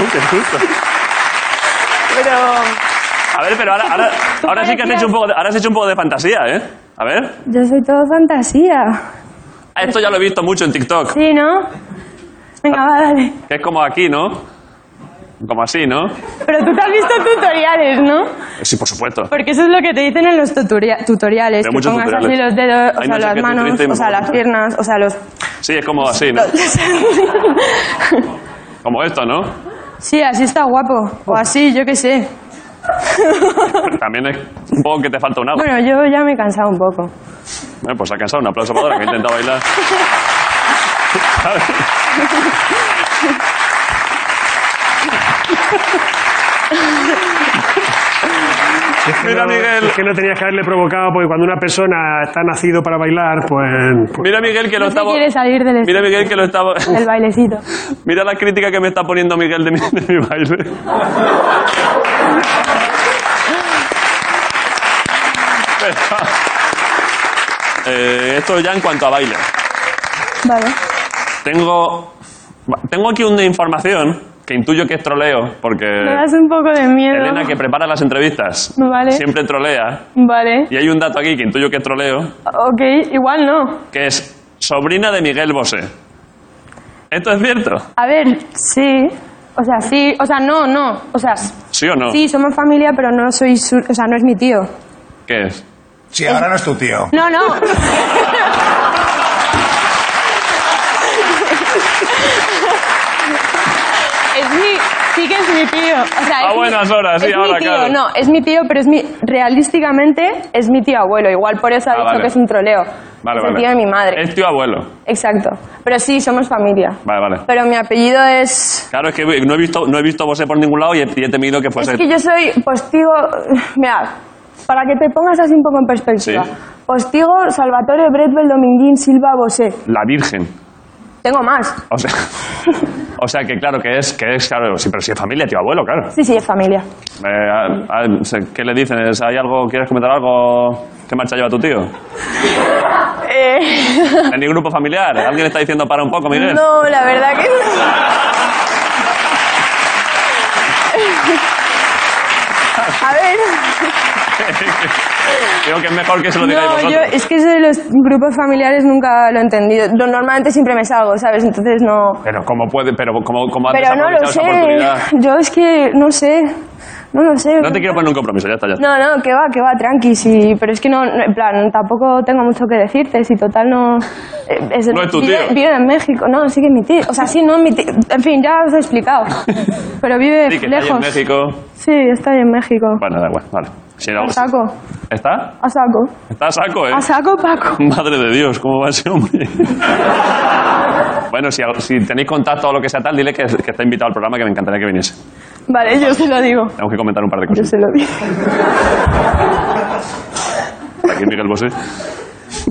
Speaker 1: Uy, qué susto.
Speaker 6: Pero...
Speaker 1: A ver, pero ahora, ahora,
Speaker 6: Tú
Speaker 1: ahora sí que has
Speaker 6: parecías-
Speaker 1: hecho un poco de, ahora has hecho un poco de fantasía, ¿eh? A ver.
Speaker 6: Yo soy todo fantasía.
Speaker 1: Ah, Esto ya lo he visto mucho en TikTok.
Speaker 6: Sí, ¿no? Venga, va, dale.
Speaker 1: Que es como aquí, ¿no? Como así, ¿no?
Speaker 6: Pero tú te has visto tutoriales, ¿no?
Speaker 1: Sí, por supuesto.
Speaker 6: Porque eso es lo que te dicen en los tutoria- tutoriales.
Speaker 1: Veo
Speaker 6: que
Speaker 1: muchos
Speaker 6: pongas
Speaker 1: tutoriales.
Speaker 6: así los dedos, o
Speaker 1: Hay
Speaker 6: sea,
Speaker 1: noches que
Speaker 6: las
Speaker 1: estoy triste y
Speaker 6: manos,
Speaker 1: me
Speaker 6: o sea,
Speaker 1: pongo-
Speaker 6: las piernas, o sea, los...
Speaker 1: Sí, es como así, ¿no? Como esto, ¿no?
Speaker 6: sí, así está guapo. O así, yo qué sé.
Speaker 1: También es un poco que te falta un agua.
Speaker 6: Bueno, yo ya me he cansado un poco.
Speaker 1: Eh, pues ha cansado. Un aplauso para Dora, que ha intentado bailar. ¿Sabes? Mira,
Speaker 2: no,
Speaker 1: Miguel.
Speaker 2: Es que no tenías que haberle provocado, porque cuando una persona está nacido para bailar, pues. pues-
Speaker 1: Mira, Miguel, que lo
Speaker 6: No
Speaker 1: estaba...
Speaker 6: quiere salir del,
Speaker 1: Mira, Miguel, que lo estaba...
Speaker 6: del bailecito.
Speaker 1: Mira la crítica que me está poniendo Miguel de mi, de mi baile. Pero- Eh, esto ya en cuanto a baile.
Speaker 6: Vale.
Speaker 1: Tengo, tengo aquí una información que intuyo que es troleo, porque
Speaker 6: Me das un poco de miedo.
Speaker 1: Elena, que prepara las entrevistas,
Speaker 6: Vale.
Speaker 1: siempre trolea.
Speaker 6: Vale.
Speaker 1: Y hay un dato aquí que intuyo que es troleo,
Speaker 6: Ok, igual no.
Speaker 1: que es sobrina de Miguel Bosé. ¿Esto es cierto?
Speaker 6: A ver, sí. O sea, sí. O sea, no, no. O sea,
Speaker 1: ¿Sí o no?
Speaker 6: sí, somos familia, pero no soy su... O sea, no es mi tío.
Speaker 1: ¿Qué es?
Speaker 3: Sí, ahora no es tu tío.
Speaker 6: No, no. Es mi, sí que es mi tío. O sea,
Speaker 1: A
Speaker 6: es mi-
Speaker 1: buenas horas, sí,
Speaker 6: es mi
Speaker 1: ahora,
Speaker 6: tío,
Speaker 1: claro.
Speaker 6: No, es mi tío, pero es mi, realísticamente es mi tío abuelo. Igual por eso ha
Speaker 1: Ah,
Speaker 6: dicho
Speaker 1: vale.
Speaker 6: que es un troleo.
Speaker 1: Vale,
Speaker 6: es
Speaker 1: vale.
Speaker 6: el tío de mi madre.
Speaker 1: Es tío abuelo.
Speaker 6: Exacto. Pero sí, somos familia.
Speaker 1: Vale, vale.
Speaker 6: Pero mi apellido es...
Speaker 1: Claro, es que no he visto, no he visto a Bosé por ningún lado y he, y he temido que fuese.
Speaker 6: Es que yo soy postigo... Mira, para que te pongas así un poco en perspectiva.
Speaker 1: Sí.
Speaker 6: Postigo, Salvatore, Bretbel, Dominguín, Silva, Bosé.
Speaker 1: La Virgen.
Speaker 6: Tengo más.
Speaker 1: O sea, o sea que claro, que es, que es, claro, sí, pero si es familia, tío abuelo, claro.
Speaker 6: Sí, sí, es familia.
Speaker 1: Eh, a- a- se- ¿Qué le dices? ¿Hay algo, quieres comentar algo? ¿Qué marcha lleva tu tío?
Speaker 6: Eh,
Speaker 1: ¿En el grupo familiar? ¿Alguien está diciendo para un poco, Miguel?
Speaker 6: No, la verdad que no. A ver,
Speaker 1: Digo que es mejor que se lo digáis
Speaker 6: no, yo
Speaker 1: vosotros.
Speaker 6: es que eso de los grupos familiares nunca lo he entendido. Lo- Normalmente siempre me salgo, ¿sabes? Entonces no.
Speaker 1: Pero cómo puede, pero cómo, cómo has
Speaker 6: Pero no
Speaker 1: desaprovechado
Speaker 6: lo
Speaker 1: esa
Speaker 6: sé.
Speaker 1: oportunidad.
Speaker 6: Yo es que no sé. No lo sé.
Speaker 1: No te quiero poner un compromiso, ya está, ya está.
Speaker 6: No, no, que va, que va, tranqui, sí, pero es que no, no, en plan, tampoco tengo mucho que decirte, si total no... eh, es-
Speaker 1: No es tu
Speaker 6: vive,
Speaker 1: tío.
Speaker 6: Vive en México, no, sí que es mi tío, o sea, sí, no es mi tío, en fin, ya os he explicado, pero vive
Speaker 1: Sí, que está ahí
Speaker 6: lejos.
Speaker 1: en México.
Speaker 6: Sí, está ahí en México.
Speaker 1: Bueno, da igual, vale. Si no-
Speaker 6: A saco,
Speaker 1: ¿Está?
Speaker 6: a saco,
Speaker 1: Está a saco, ¿eh?
Speaker 6: a saco, Paco.
Speaker 1: Madre de Dios, ¿cómo va ese hombre? bueno, si, si tenéis contacto o lo que sea tal, dile que, que está invitado al programa, que me encantaría que viniese.
Speaker 6: Vale, yo se lo digo,
Speaker 1: Tengo que comentar un par de
Speaker 6: yo
Speaker 1: cosas.
Speaker 6: se lo digo.
Speaker 1: Aquí Miguel Bosé.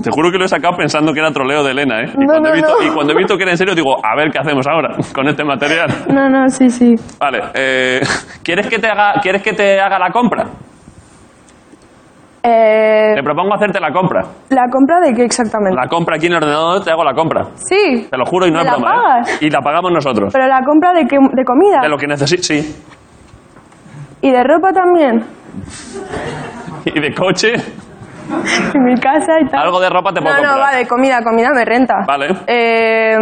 Speaker 1: Te juro que lo he sacado pensando que era troleo de Elena, ¿eh? Y,
Speaker 6: No,
Speaker 1: cuando he
Speaker 6: no,
Speaker 1: visto,
Speaker 6: no.
Speaker 1: y cuando he visto que era en serio, digo, a ver qué hacemos ahora con este material.
Speaker 6: No, no, sí, sí.
Speaker 1: Vale, eh, ¿quieres, que te haga, ¿quieres que te haga la compra?
Speaker 6: Eh,
Speaker 1: Te propongo hacerte la compra.
Speaker 6: ¿La compra de qué exactamente?
Speaker 1: La compra aquí en el ordenador, te hago la compra.
Speaker 6: Sí,
Speaker 1: Te lo juro y no
Speaker 6: ¿Me
Speaker 1: es
Speaker 6: la
Speaker 1: broma. ¿eh?
Speaker 6: pagas?
Speaker 1: Y la pagamos nosotros.
Speaker 6: pero la compra de, qué, de comida
Speaker 1: De lo que necesites, sí.
Speaker 6: y de ropa también,
Speaker 1: Y de coche,
Speaker 6: en mi casa y tal.
Speaker 1: algo de ropa te puedo
Speaker 6: No,
Speaker 1: comprar.
Speaker 6: no, vale, comida, comida me renta.
Speaker 1: Vale.
Speaker 6: Eh,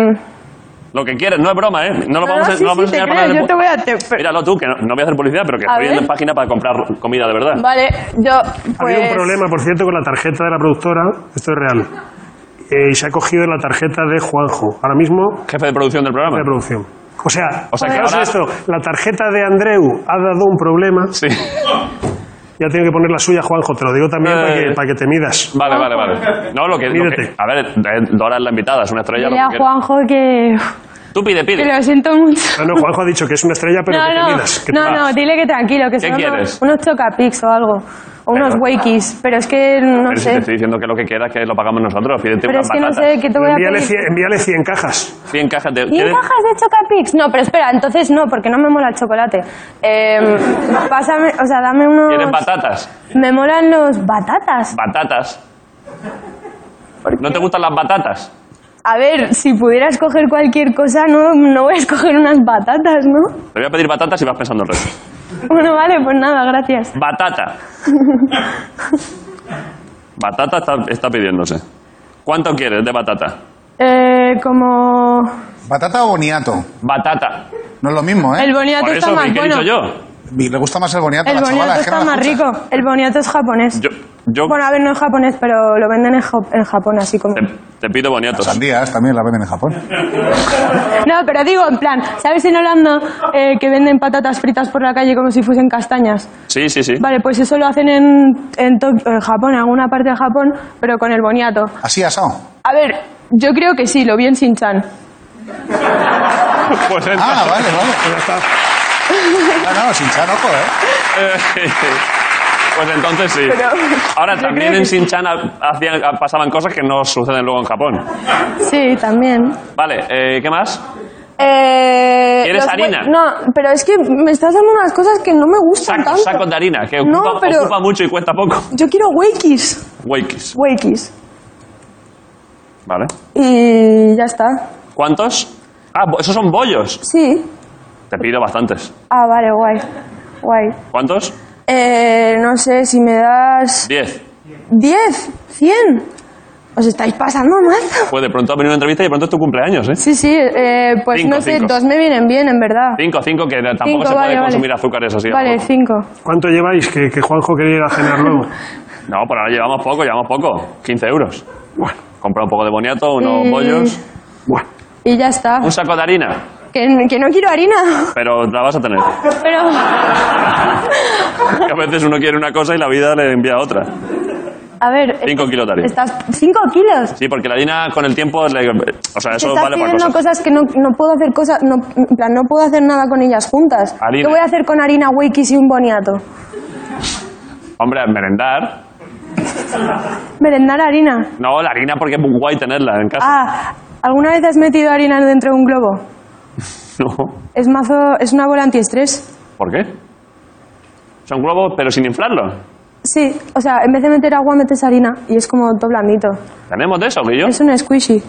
Speaker 1: Lo que quieres, no es broma, ¿eh? No lo
Speaker 6: No,
Speaker 1: vamos a,
Speaker 6: no, sí,
Speaker 1: no lo vamos
Speaker 6: sí,
Speaker 1: a
Speaker 6: te
Speaker 1: enseñar
Speaker 6: creo,
Speaker 1: para
Speaker 6: yo te voy a... te- pero-
Speaker 1: Míralo tú, que no, no voy a hacer publicidad, pero que
Speaker 6: A
Speaker 1: estoy
Speaker 6: ver.
Speaker 1: viendo en página para comprar comida de verdad.
Speaker 6: Vale, yo pues...
Speaker 2: Había un problema, por cierto, con la tarjeta de la productora. Esto es real. Eh, y se ha cogido la tarjeta de Juanjo. Ahora mismo,
Speaker 1: Jefe de producción del programa.
Speaker 2: de producción. O sea,
Speaker 1: O sea que
Speaker 2: fijaos
Speaker 1: ahora-
Speaker 2: esto, la tarjeta de Andreu ha dado un problema.
Speaker 1: Sí.
Speaker 2: Ya tengo que poner la suya, Juanjo. Te lo digo también
Speaker 1: Eh.
Speaker 2: para, que, para que te midas.
Speaker 1: Vale, vale, vale. No, lo que, lo que-
Speaker 2: Mídete.
Speaker 1: A ver, eh, Dora es la invitada, es una estrella.
Speaker 8: Dile
Speaker 1: lo
Speaker 8: a
Speaker 1: que quieras.
Speaker 8: Juanjo que,
Speaker 1: Tú pide,
Speaker 8: que
Speaker 1: pide.
Speaker 8: lo siento mucho.
Speaker 2: No, no, Juanjo ha dicho que es una estrella, pero
Speaker 8: No,
Speaker 2: que te
Speaker 8: no,
Speaker 2: midas. que te-
Speaker 8: no, no, dile que tranquilo, que son
Speaker 1: quieres?
Speaker 8: unos, unos chocapics o algo, o unos
Speaker 1: Pero-
Speaker 8: wakis, pero es que no
Speaker 1: Pero si te
Speaker 8: sé,
Speaker 1: estoy diciendo que lo que quieras que lo pagamos nosotros. Pídete
Speaker 8: pero
Speaker 1: unas
Speaker 8: es que no
Speaker 1: patatas.
Speaker 8: sé, ¿qué te voy a
Speaker 2: Envíale,
Speaker 8: pedir?
Speaker 2: cien, envíale 100 cajas.
Speaker 1: 100 cajas de...
Speaker 8: ¿Y en
Speaker 1: ¿quieres?
Speaker 8: cajas de chocapics?
Speaker 6: No, pero espera, entonces no, porque no me mola el chocolate. Eh, pásame, o sea, dame unos...
Speaker 1: ¿Quieres patatas?
Speaker 6: Me molan los batatas.
Speaker 1: Batatas. ¿No te gustan las batatas?
Speaker 6: A ver, si pudiera escoger cualquier cosa, no, no voy a escoger unas batatas, ¿no?
Speaker 1: Te voy a pedir batatas y vas pensando el resto.
Speaker 6: Bueno, vale, pues nada, gracias.
Speaker 1: Batata. Batata está, está pidiéndose. ¿Cuánto quieres de batata?
Speaker 6: Eh, como...
Speaker 3: ¿Batata o boniato?
Speaker 1: Batata.
Speaker 3: No es lo mismo,
Speaker 6: El
Speaker 3: ¿eh?
Speaker 6: boniato
Speaker 1: Por
Speaker 6: está
Speaker 1: eso, ¿qué
Speaker 6: más
Speaker 1: he
Speaker 6: bueno.
Speaker 1: dicho yo?
Speaker 3: Le gusta más el boniato a
Speaker 6: El
Speaker 3: la chavala.
Speaker 6: boniato
Speaker 3: Es que no
Speaker 6: está
Speaker 3: la
Speaker 6: más
Speaker 3: escucha.
Speaker 6: rico. El boniato es japonés.
Speaker 1: Yo, yo
Speaker 6: Bueno, a ver, no es japonés, pero lo venden en, Ja- en Japón, así como...
Speaker 1: te, te pido boniatos.
Speaker 3: Sandías también la venden en Japón.
Speaker 6: No, pero digo, en plan, ¿sabes en Holanda eh, que venden patatas fritas por la calle como si fuesen castañas?
Speaker 1: Sí, sí, sí.
Speaker 6: Vale, pues eso lo hacen en, en, Tok- en Japón, en alguna parte de Japón, pero con el boniato.
Speaker 3: Así asado.
Speaker 6: A ver, yo creo que sí, lo vi en Shin-Chan.
Speaker 1: Pues
Speaker 3: Ah, vale, vale. Ah, no, sin chan, ojo, ¿eh?
Speaker 1: Pues entonces sí.
Speaker 6: Pero-
Speaker 1: Ahora,
Speaker 6: yo
Speaker 1: también
Speaker 6: creo
Speaker 1: en
Speaker 6: que sí.
Speaker 1: Sinchan hacían, pasaban cosas que no suceden luego en Japón.
Speaker 6: Sí, también.
Speaker 1: Vale, eh, ¿qué más?
Speaker 6: Eh,
Speaker 1: ¿Quieres
Speaker 6: los hue-
Speaker 1: harina?
Speaker 6: No, pero es que me estás dando unas cosas que no me gustan
Speaker 1: Sacos,
Speaker 6: tanto.
Speaker 1: sacos de harina, que
Speaker 6: No,
Speaker 1: ocupa,
Speaker 6: pero-
Speaker 1: ocupa mucho y cuesta poco.
Speaker 6: Yo quiero wakis.
Speaker 1: Wakis,
Speaker 6: Wakis.
Speaker 1: ¿vale?
Speaker 6: Y ya está.
Speaker 1: ¿Cuántos? Ah, bo- esos son bollos.
Speaker 6: Sí.
Speaker 1: Te pido bastantes.
Speaker 6: Ah, vale, guay. Guay.
Speaker 1: ¿Cuántos?
Speaker 6: Eh, no sé, si me das
Speaker 1: Diez.
Speaker 6: 10, 100. Os estáis pasando mazo.
Speaker 1: Pues de pronto ha venido una entrevista y de pronto es tu cumpleaños, ¿eh?
Speaker 6: Sí, sí, eh, pues
Speaker 1: Cinco,
Speaker 6: no sé,
Speaker 1: cinco.
Speaker 6: dos me vienen bien, en verdad.
Speaker 1: Cinco, cinco, que tampoco
Speaker 6: Cinco,
Speaker 1: se puede
Speaker 6: vale, vale.
Speaker 1: consumir azúcares así.
Speaker 6: Vale,
Speaker 1: tampoco.
Speaker 6: 5.
Speaker 2: ¿Cuánto lleváis? Que, que Juanjo quería ir a cenar luego.
Speaker 1: No, por ahora llevamos poco, llevamos poco. 15 euros. Bueno. Compra un poco de boniato, unos
Speaker 6: Y-
Speaker 1: bollos,
Speaker 2: Bueno,
Speaker 6: Y ya está.
Speaker 1: un saco de harina,
Speaker 6: Que, que no quiero harina,
Speaker 1: pero la vas a tener.
Speaker 6: pero...
Speaker 1: Que a veces uno quiere una cosa y la vida le envía otra.
Speaker 6: A ver...
Speaker 1: Cinco
Speaker 6: estás-
Speaker 1: kilos de harina.
Speaker 6: Estás... ¿Cinco kilos?
Speaker 1: Sí, porque la harina con el tiempo, le- o sea,
Speaker 6: Te
Speaker 1: eso
Speaker 6: estás
Speaker 1: vale para
Speaker 6: pidiendo
Speaker 1: cosas.
Speaker 6: cosas que no, no puedo hacer cosas, no, en plan, no puedo hacer nada con ellas juntas.
Speaker 1: Harina.
Speaker 6: ¿Qué voy a hacer con harina wakis y un boniato?
Speaker 1: Hombre, merendar.
Speaker 6: Merendar harina.
Speaker 1: No, la harina porque es muy guay tenerla en casa.
Speaker 6: Ah, ¿alguna vez has metido harina dentro de un globo? Ah.
Speaker 1: No.
Speaker 6: Es mazo, es una bola antiestrés.
Speaker 1: ¿Por qué? Son globos, pero sin inflarlo.
Speaker 6: Sí, o sea, en vez de meter agua metes harina y es como todo blandito.
Speaker 1: ¿Tenemos de eso, Guillo?
Speaker 6: Es un squishy.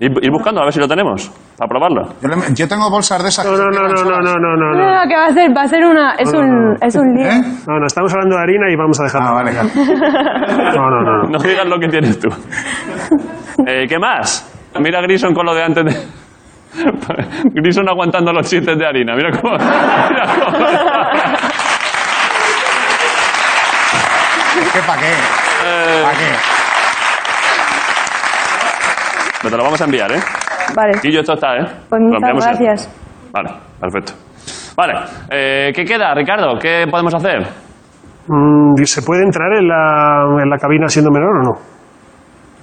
Speaker 1: Ir, ir buscando a ver si lo tenemos, para probarlo.
Speaker 3: Yo, le- yo tengo bolsas de esas.
Speaker 2: no, no, no, no, no, no, no, no,
Speaker 6: No,
Speaker 2: no.
Speaker 6: no, ¿qué Ah, va a hacer? Va a ser una, es un, es un lío.
Speaker 3: ¿Eh?
Speaker 2: No, no, estamos hablando de harina y vamos a dejarlo.
Speaker 3: Ah, vale, claro.
Speaker 2: No, no, no. no.
Speaker 1: No digas lo que tienes tú. Eh, ¿Qué más? Mira a Grison con lo de antes de... Grison aguantando los chistes de harina. Mira cómo... Mira cómo...
Speaker 3: ¿Qué pa' qué?
Speaker 1: Eh,
Speaker 3: ¿Pa' qué?
Speaker 1: pero te lo vamos a enviar, ¿eh?
Speaker 6: Vale,
Speaker 1: Guillo, esto está, ¿eh?
Speaker 6: pues
Speaker 1: Lo
Speaker 6: muchas
Speaker 1: enviamos ya.
Speaker 6: gracias.
Speaker 1: Vale, perfecto. Vale, eh, ¿qué queda, Ricardo? ¿Qué podemos hacer?
Speaker 2: Mm, ¿Se puede entrar en la, en la cabina siendo menor o no?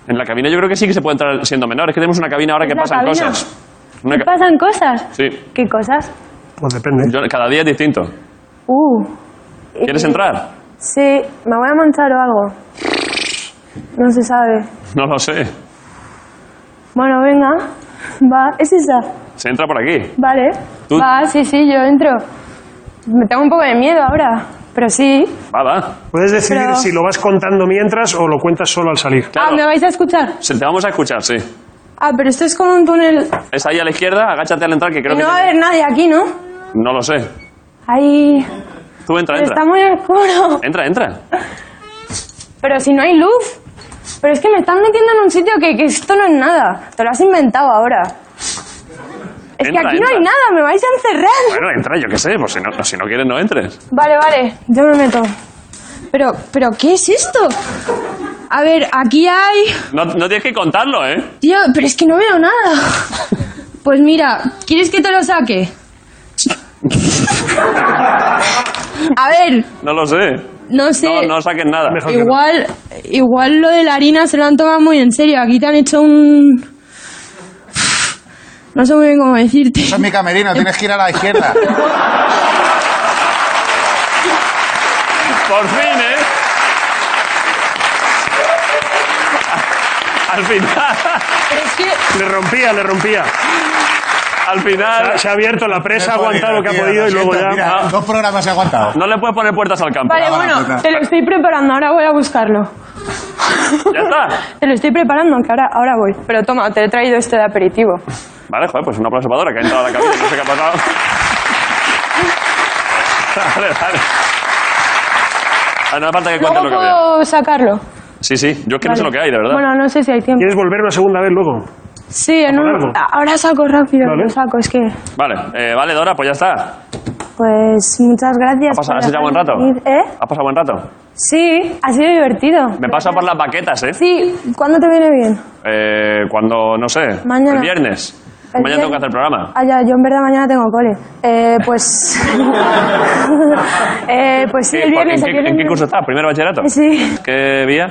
Speaker 1: En la cabina yo creo que sí que se puede entrar siendo menor. Es que tenemos una cabina ahora
Speaker 6: ¿Es
Speaker 1: que
Speaker 6: la
Speaker 1: pasan
Speaker 6: cabina?
Speaker 1: cosas. Una
Speaker 6: ¿Qué
Speaker 1: ca-
Speaker 6: pasan cosas?
Speaker 1: Sí,
Speaker 6: ¿Qué cosas?
Speaker 2: Pues depende.
Speaker 1: yo- cada día es distinto.
Speaker 6: Uh.
Speaker 1: ¿Quieres
Speaker 6: Y-
Speaker 1: entrar?
Speaker 6: Sí, me voy a manchar o algo. No se sabe.
Speaker 1: No lo sé.
Speaker 6: Bueno, venga. Va, es esa.
Speaker 1: Se entra por aquí.
Speaker 6: Vale.
Speaker 1: Tú-
Speaker 6: Va, sí, sí, yo entro. Me tengo un poco de miedo ahora, pero sí.
Speaker 1: Va, va.
Speaker 2: Puedes decidir
Speaker 6: Pero-
Speaker 2: si lo vas contando mientras o lo cuentas solo al salir.
Speaker 1: Claro.
Speaker 6: Ah, ¿me vais a escuchar?
Speaker 1: Se- Te vamos a escuchar, sí.
Speaker 6: Ah, pero esto es como un túnel.
Speaker 1: Es ahí a la izquierda, agáchate al entrar que creo
Speaker 6: y no
Speaker 1: que...
Speaker 6: va a haber
Speaker 1: te-
Speaker 6: nadie aquí, ¿no?
Speaker 1: No lo sé.
Speaker 6: Ahí.
Speaker 1: Tú entra,
Speaker 6: Pero
Speaker 1: entra.
Speaker 6: está muy oscuro.
Speaker 1: Entra, entra.
Speaker 6: Pero si no hay luz. Pero es que me están metiendo en un sitio que, que esto no es nada. Te lo has inventado ahora. Es que
Speaker 1: Entra,
Speaker 6: aquí no hay
Speaker 1: entra.
Speaker 6: nada, me vais a encerrar.
Speaker 1: Bueno, entra, yo qué sé, pues si no, si no quieres, no entres.
Speaker 6: Vale, vale, yo me meto. Pero, pero, ¿qué es esto? A ver, aquí hay...
Speaker 1: No, no tienes que contarlo, ¿eh?
Speaker 6: Tío, pero es que no veo nada. Pues mira, ¿quieres que te lo saque? A ver,
Speaker 1: No lo sé.
Speaker 6: no sé.
Speaker 1: No, no saques nada.
Speaker 2: Mejor que no.
Speaker 6: Igual, igual lo de la harina se lo han tomado muy en serio. Aquí te han hecho un... No sé muy bien cómo decirte.
Speaker 3: Esa es mi camerino, tienes que ir a la izquierda.
Speaker 1: Por fin, ¿eh? Al final,
Speaker 6: Es que...
Speaker 2: Le rompía, le rompía.
Speaker 1: al final,
Speaker 2: Se ha abierto la presa, ha aguantado lo que ha
Speaker 3: Mira,
Speaker 2: podido y luego
Speaker 3: siento,
Speaker 2: ya.
Speaker 3: mira, Dos programas he aguantado.
Speaker 1: no le puedes poner puertas al campo.
Speaker 8: Vale,
Speaker 3: Ah, vale,
Speaker 8: bueno,
Speaker 3: pues,
Speaker 8: te lo estoy preparando, ahora voy a buscarlo.
Speaker 1: Ya está.
Speaker 8: Te lo estoy preparando, que ahora, ahora voy.
Speaker 6: Pero toma, te he traído este de aperitivo.
Speaker 1: Vale, joder, pues un aplauso para Dora, que ha entrado a la cabina, no sé qué ha pasado. Vale, vale. Ah, No hace falta que cuentes
Speaker 8: Luego
Speaker 1: lo que había.
Speaker 8: puedo sacarlo.
Speaker 1: Sí, sí, yo es que no sé lo que hay, de verdad.
Speaker 8: Bueno, no sé si hay tiempo.
Speaker 2: ¿Quieres volver una segunda vez luego?
Speaker 8: Sí, en
Speaker 2: por
Speaker 8: un...
Speaker 2: algo?
Speaker 8: a- ahora saco rápido,
Speaker 2: Vale.
Speaker 8: lo saco, es que...
Speaker 1: Vale, eh, vale, Dora, pues ya está.
Speaker 8: Pues muchas
Speaker 1: ¿Has
Speaker 8: gracias.
Speaker 1: pasado,
Speaker 8: por
Speaker 1: has echado buen rato?
Speaker 8: dejarme venir. ¿Eh?
Speaker 1: ¿Has pasado buen rato?
Speaker 8: Sí, ha sido divertido.
Speaker 1: Me paso por las baquetas, ¿eh?
Speaker 8: Sí, ¿cuándo te viene bien?
Speaker 1: Eh, cucuando, no sé,
Speaker 8: Mañana.
Speaker 1: el viernes.
Speaker 8: El
Speaker 1: Mañana tengo
Speaker 8: viernes.
Speaker 1: que hacer el programa.
Speaker 8: Ah, ya, yo en verdad mañana tengo cole. Eh, pues... eh, pues sí,
Speaker 1: ¿Qué-
Speaker 8: el viernes...
Speaker 1: ¿En
Speaker 8: el
Speaker 1: qué, en
Speaker 8: viernes
Speaker 1: qué
Speaker 8: me-
Speaker 1: curso estás? ¿Primero bachillerato?
Speaker 8: Sí.
Speaker 1: ¿Qué vía?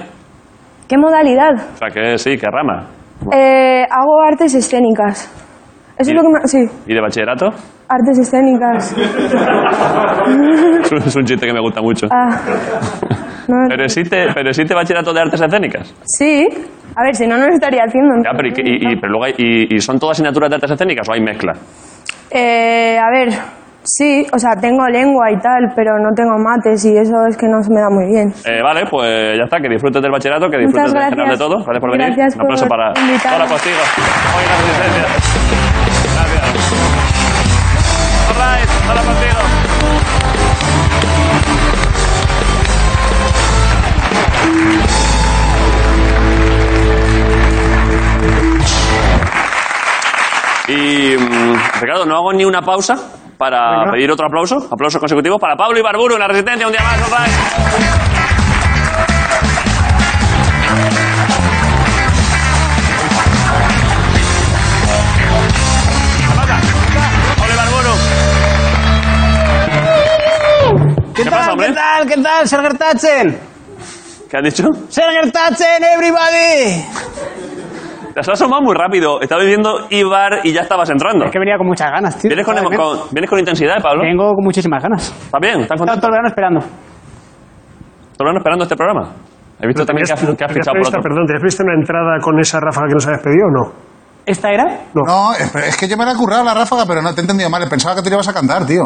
Speaker 8: ¿Qué modalidad?
Speaker 1: O sea, que sí, que rama.
Speaker 8: Eh, hago artes escénicas. Eso es lo que me... Sí,
Speaker 1: ¿Y de bachillerato?
Speaker 8: artes escénicas.
Speaker 1: Es un, es un chiste que me gusta mucho.
Speaker 8: Ah, no,
Speaker 1: Pero existe, pero existe bachillerato de artes escénicas.
Speaker 8: sí. A ver, si no, no lo estaría haciendo.
Speaker 1: Ya, pero, ¿y, qué- y- y- pero luego hay- y, y son todas asignaturas de artes escénicas o hay mezcla?
Speaker 8: Eh, a ver, sí, o sea, tengo lengua y tal, pero no tengo mates y eso es que no se me da muy bien.
Speaker 1: Eh, vale, pues ya está, que disfrutes del bachillerato, que disfrutes
Speaker 8: Muchas
Speaker 1: de, en
Speaker 8: gracias.
Speaker 1: general de todo. Gracias por venir.
Speaker 8: Gracias
Speaker 1: Un aplauso
Speaker 8: por
Speaker 1: para
Speaker 8: invitarme.
Speaker 1: Hola Postigo. Hoy en la resistencia. Gracias. All right, Hola Postigo. Y mm, Ricardo, no hago ni una pausa para pedir otro aplauso, aplauso consecutivo para Pablo Ibarburu en la Resistencia, un día más, all right. Ole, Barburu. ¿Qué
Speaker 9: ¿Qué, tal?
Speaker 1: pasa, hombre?
Speaker 9: ¿Qué tal? ¿Qué tal? Ser gertatzen.
Speaker 1: ¿Qué has dicho?
Speaker 9: Ser gertatzen, everybody.
Speaker 1: Te has asomado muy rápido. Estaba viendo Ibar y ya estabas entrando.
Speaker 9: Es que venía con muchas ganas, tío.
Speaker 1: ¿Vienes con, emo-
Speaker 9: Vengo
Speaker 1: con- vienes con intensidad, eh, Pablo?
Speaker 9: Vengo con muchísimas ganas. He
Speaker 1: ¿Estás bien? ¿Estás
Speaker 9: estado
Speaker 1: contento?
Speaker 9: todo el verano esperando.
Speaker 1: ¿Estás esperando este programa? He visto también que has, que has
Speaker 2: ¿Tenías
Speaker 1: fichado por
Speaker 2: prevista-
Speaker 1: otro.
Speaker 2: Perdón, ¿te has visto una entrada con esa ráfaga que nos habías pedido o no?
Speaker 9: ¿Esta era?
Speaker 3: No, es es que yo me la he currado la ráfaga, pero no te he entendido mal. Pensaba que te lo ibas a cantar, tío.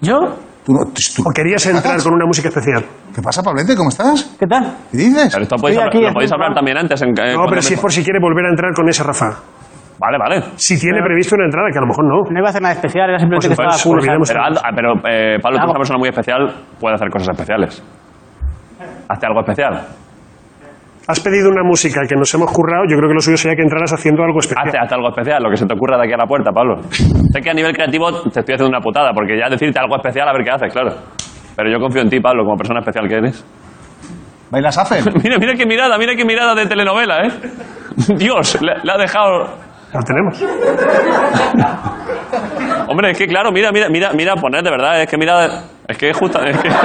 Speaker 9: ¿Yo?
Speaker 3: Tú no- tú-
Speaker 2: ¿O querías entrar con una música especial?
Speaker 3: ¿Qué pasa, Pablete? ¿Cómo estás?
Speaker 9: ¿Qué tal?
Speaker 3: ¿Qué dices?
Speaker 1: Pero esto podéis
Speaker 9: Estoy
Speaker 1: hablar-
Speaker 9: aquí,
Speaker 1: lo podéis hablar también antes. En, eh,
Speaker 2: No,
Speaker 1: cuando
Speaker 2: pero si Ah,
Speaker 1: me-
Speaker 2: es por si quiere volver a entrar con esa ráfaga.
Speaker 1: Vale, vale.
Speaker 2: Si tiene previsto una entrada, que a lo mejor no.
Speaker 9: No iba a hacer nada especial, era simplemente que
Speaker 2: Pues,
Speaker 9: estaba
Speaker 2: pues,
Speaker 9: cool.
Speaker 2: olvidemos
Speaker 9: ¿sabes?
Speaker 1: Pero, anda- ah, pero, eh, Pablo, tú eres
Speaker 9: Hago.
Speaker 1: una persona muy especial. Puede hacer cosas especiales. Hazte algo especial.
Speaker 2: Has pedido una música que nos hemos currado, yo creo que lo suyo sería que entraras haciendo algo especial.
Speaker 1: Hazte, hazte algo especial, lo que se te ocurra de aquí a la puerta, Pablo. sé que a nivel creativo te estoy haciendo una putada, porque ya decirte algo especial a ver qué haces, claro. Pero yo confío en ti, Pablo, como persona especial que eres.
Speaker 3: ¿Bailas hacen?
Speaker 1: mira, mira qué mirada, mira qué mirada de telenovela, ¿eh? Dios, le, le ha dejado...
Speaker 2: Lo tenemos.
Speaker 1: Hombre, es que claro, mira, mira, mira, mira, poner de verdad, es que mira... Es que es justa... Es que...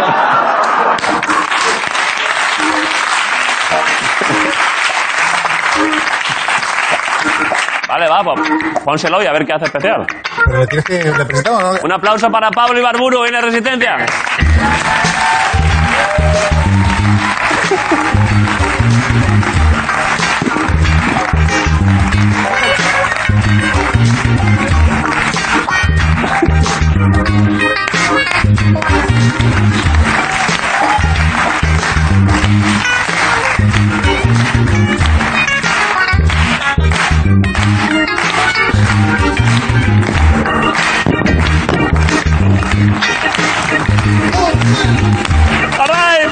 Speaker 1: Vale, va, pues, pónselo y a ver qué hace especial.
Speaker 3: Pero le tienes que... ¿Le presentamos o no?
Speaker 1: Un aplauso para Pablo Ibarburu en la Resistencia. All right.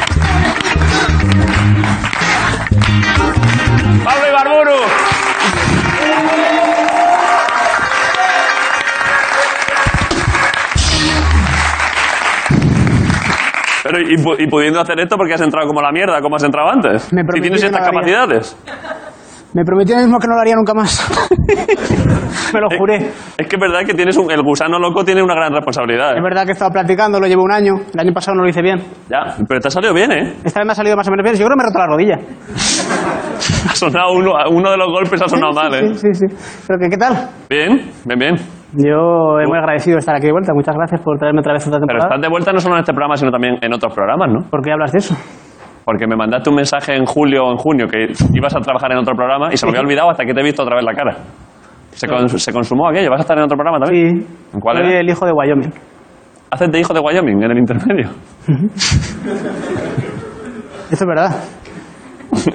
Speaker 1: Pero y, pu- y pudiendo hacer esto, ¿por qué has entrado como la mierda? ¿Cómo has entrado antes?
Speaker 9: Me
Speaker 1: si
Speaker 9: prometí
Speaker 1: tienes
Speaker 9: que no
Speaker 1: estas
Speaker 9: lo haría.
Speaker 1: capacidades.
Speaker 9: Me prometí a mí mismo que no lo haría nunca más. Me lo juré.
Speaker 1: Es que es verdad que tienes un- el gusano loco tiene una gran responsabilidad. ¿eh?
Speaker 9: Es verdad que he estado practicando, lo llevo un año. El año pasado no lo hice bien.
Speaker 1: Ya, pero te ha salido bien, ¿eh?
Speaker 9: Esta vez me ha salido más o menos bien. Yo creo que me he roto la rodilla.
Speaker 1: Ha sonado uno, uno de los golpes ha sonado mal, ¿eh?
Speaker 9: Sí, sí, sí. Pero que, ¿qué tal?
Speaker 1: Bien, bien, bien.
Speaker 9: Yo he muy agradecido de estar aquí de vuelta. Muchas gracias por traerme otra vez otra
Speaker 1: Pero
Speaker 9: temporada.
Speaker 1: estás de vuelta no solo en este programa, sino también en otros programas, ¿no?
Speaker 9: ¿Por qué hablas de eso?
Speaker 1: Porque me mandaste un mensaje en julio o en junio que ibas a trabajar en otro programa y se me había olvidado hasta que te he visto otra vez la cara. Se, con- se consumó aquello. ¿Vas a estar en otro programa
Speaker 9: Sí.
Speaker 1: también? ¿En cuál
Speaker 9: Soy
Speaker 1: era?
Speaker 9: el hijo de Wyoming.
Speaker 1: Haces de hijo de Wyoming en el intermedio.
Speaker 9: Esto es verdad.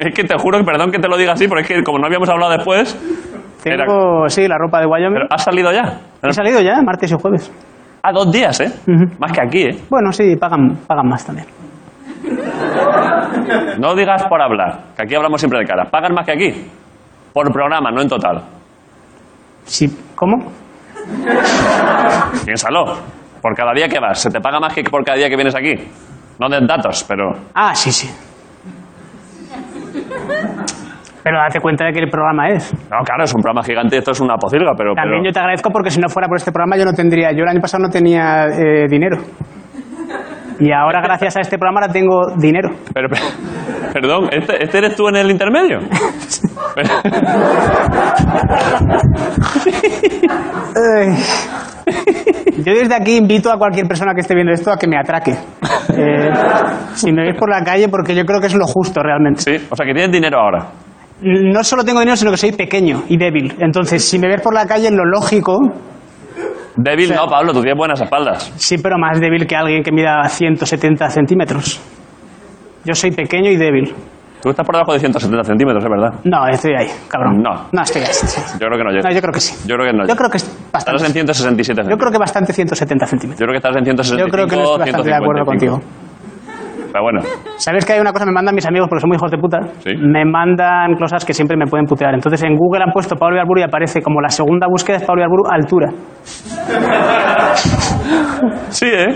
Speaker 1: es que te juro que perdón que te lo diga así, pero es que como no habíamos hablado después, Era-
Speaker 9: Tengo, sí, la ropa de Wyoming.
Speaker 1: pero has salido ya.
Speaker 9: He salido ya, martes y jueves.
Speaker 1: A dos días, ¿eh?
Speaker 9: Ujú.
Speaker 1: Más que aquí, ¿eh?
Speaker 9: Bueno, sí, pagan, pagan más también.
Speaker 1: No digas por hablar, que aquí hablamos siempre de cara. Pagan más que aquí. Por programa, no en total.
Speaker 9: Sí, ¿cómo?
Speaker 1: Piénsalo. Por cada día que vas, se te paga más que por cada día que vienes aquí. No den datos, pero
Speaker 9: Ah, sí, sí. Pero date cuenta de que el programa es.
Speaker 1: No, claro, es un programa gigante y esto es una pocilga, pero...
Speaker 9: También
Speaker 1: pero-
Speaker 9: yo te agradezco porque si no fuera por este programa yo no tendría. Yo el año pasado no tenía eh, dinero. Y ahora gracias a este programa ahora tengo dinero.
Speaker 1: pero- pero- perdón, ¿este, este eres tú en el intermedio? Pero-
Speaker 9: Ay. Yo desde aquí invito a cualquier persona que esté viendo esto a que me atraque. Eh, si me veis por la calle porque yo creo que es lo justo realmente.
Speaker 1: sí, o sea que tienes dinero ahora.
Speaker 9: No solo tengo dinero sino que soy pequeño y débil. Entonces si me ves por la calle lo lógico,
Speaker 1: Débil no, Pablo, tú tienes buenas espaldas.
Speaker 9: sí pero más débil que alguien que mida 170 centímetros. Yo soy pequeño y débil.
Speaker 1: Tú estás por debajo de 170 centímetros, es verdad.
Speaker 9: No, estoy ahí, cabrón.
Speaker 1: No.
Speaker 9: No, estoy ahí. estoy ahí.
Speaker 1: Yo creo que no
Speaker 9: No,
Speaker 1: llegas.
Speaker 9: yo creo que sí.
Speaker 1: Yo creo que no
Speaker 9: Yo
Speaker 1: llegas.
Speaker 9: creo que es
Speaker 1: Estarás
Speaker 9: bastante.
Speaker 1: en 167
Speaker 9: Yo creo
Speaker 1: centímetros.
Speaker 9: que bastante 170 centímetros.
Speaker 1: Yo creo que estás en 165,
Speaker 9: Yo creo que no estoy bastante de acuerdo
Speaker 1: 155.
Speaker 9: contigo.
Speaker 1: Pero bueno,
Speaker 9: ¿Sabes que hay una cosa que me mandan mis amigos porque son muy hijos de puta?
Speaker 1: Sí.
Speaker 9: Me mandan cosas que siempre me pueden putear. Entonces en Google han puesto Pablo Iarburu y aparece como la segunda búsqueda es Pablo Iarburu altura.
Speaker 1: sí, ¿eh?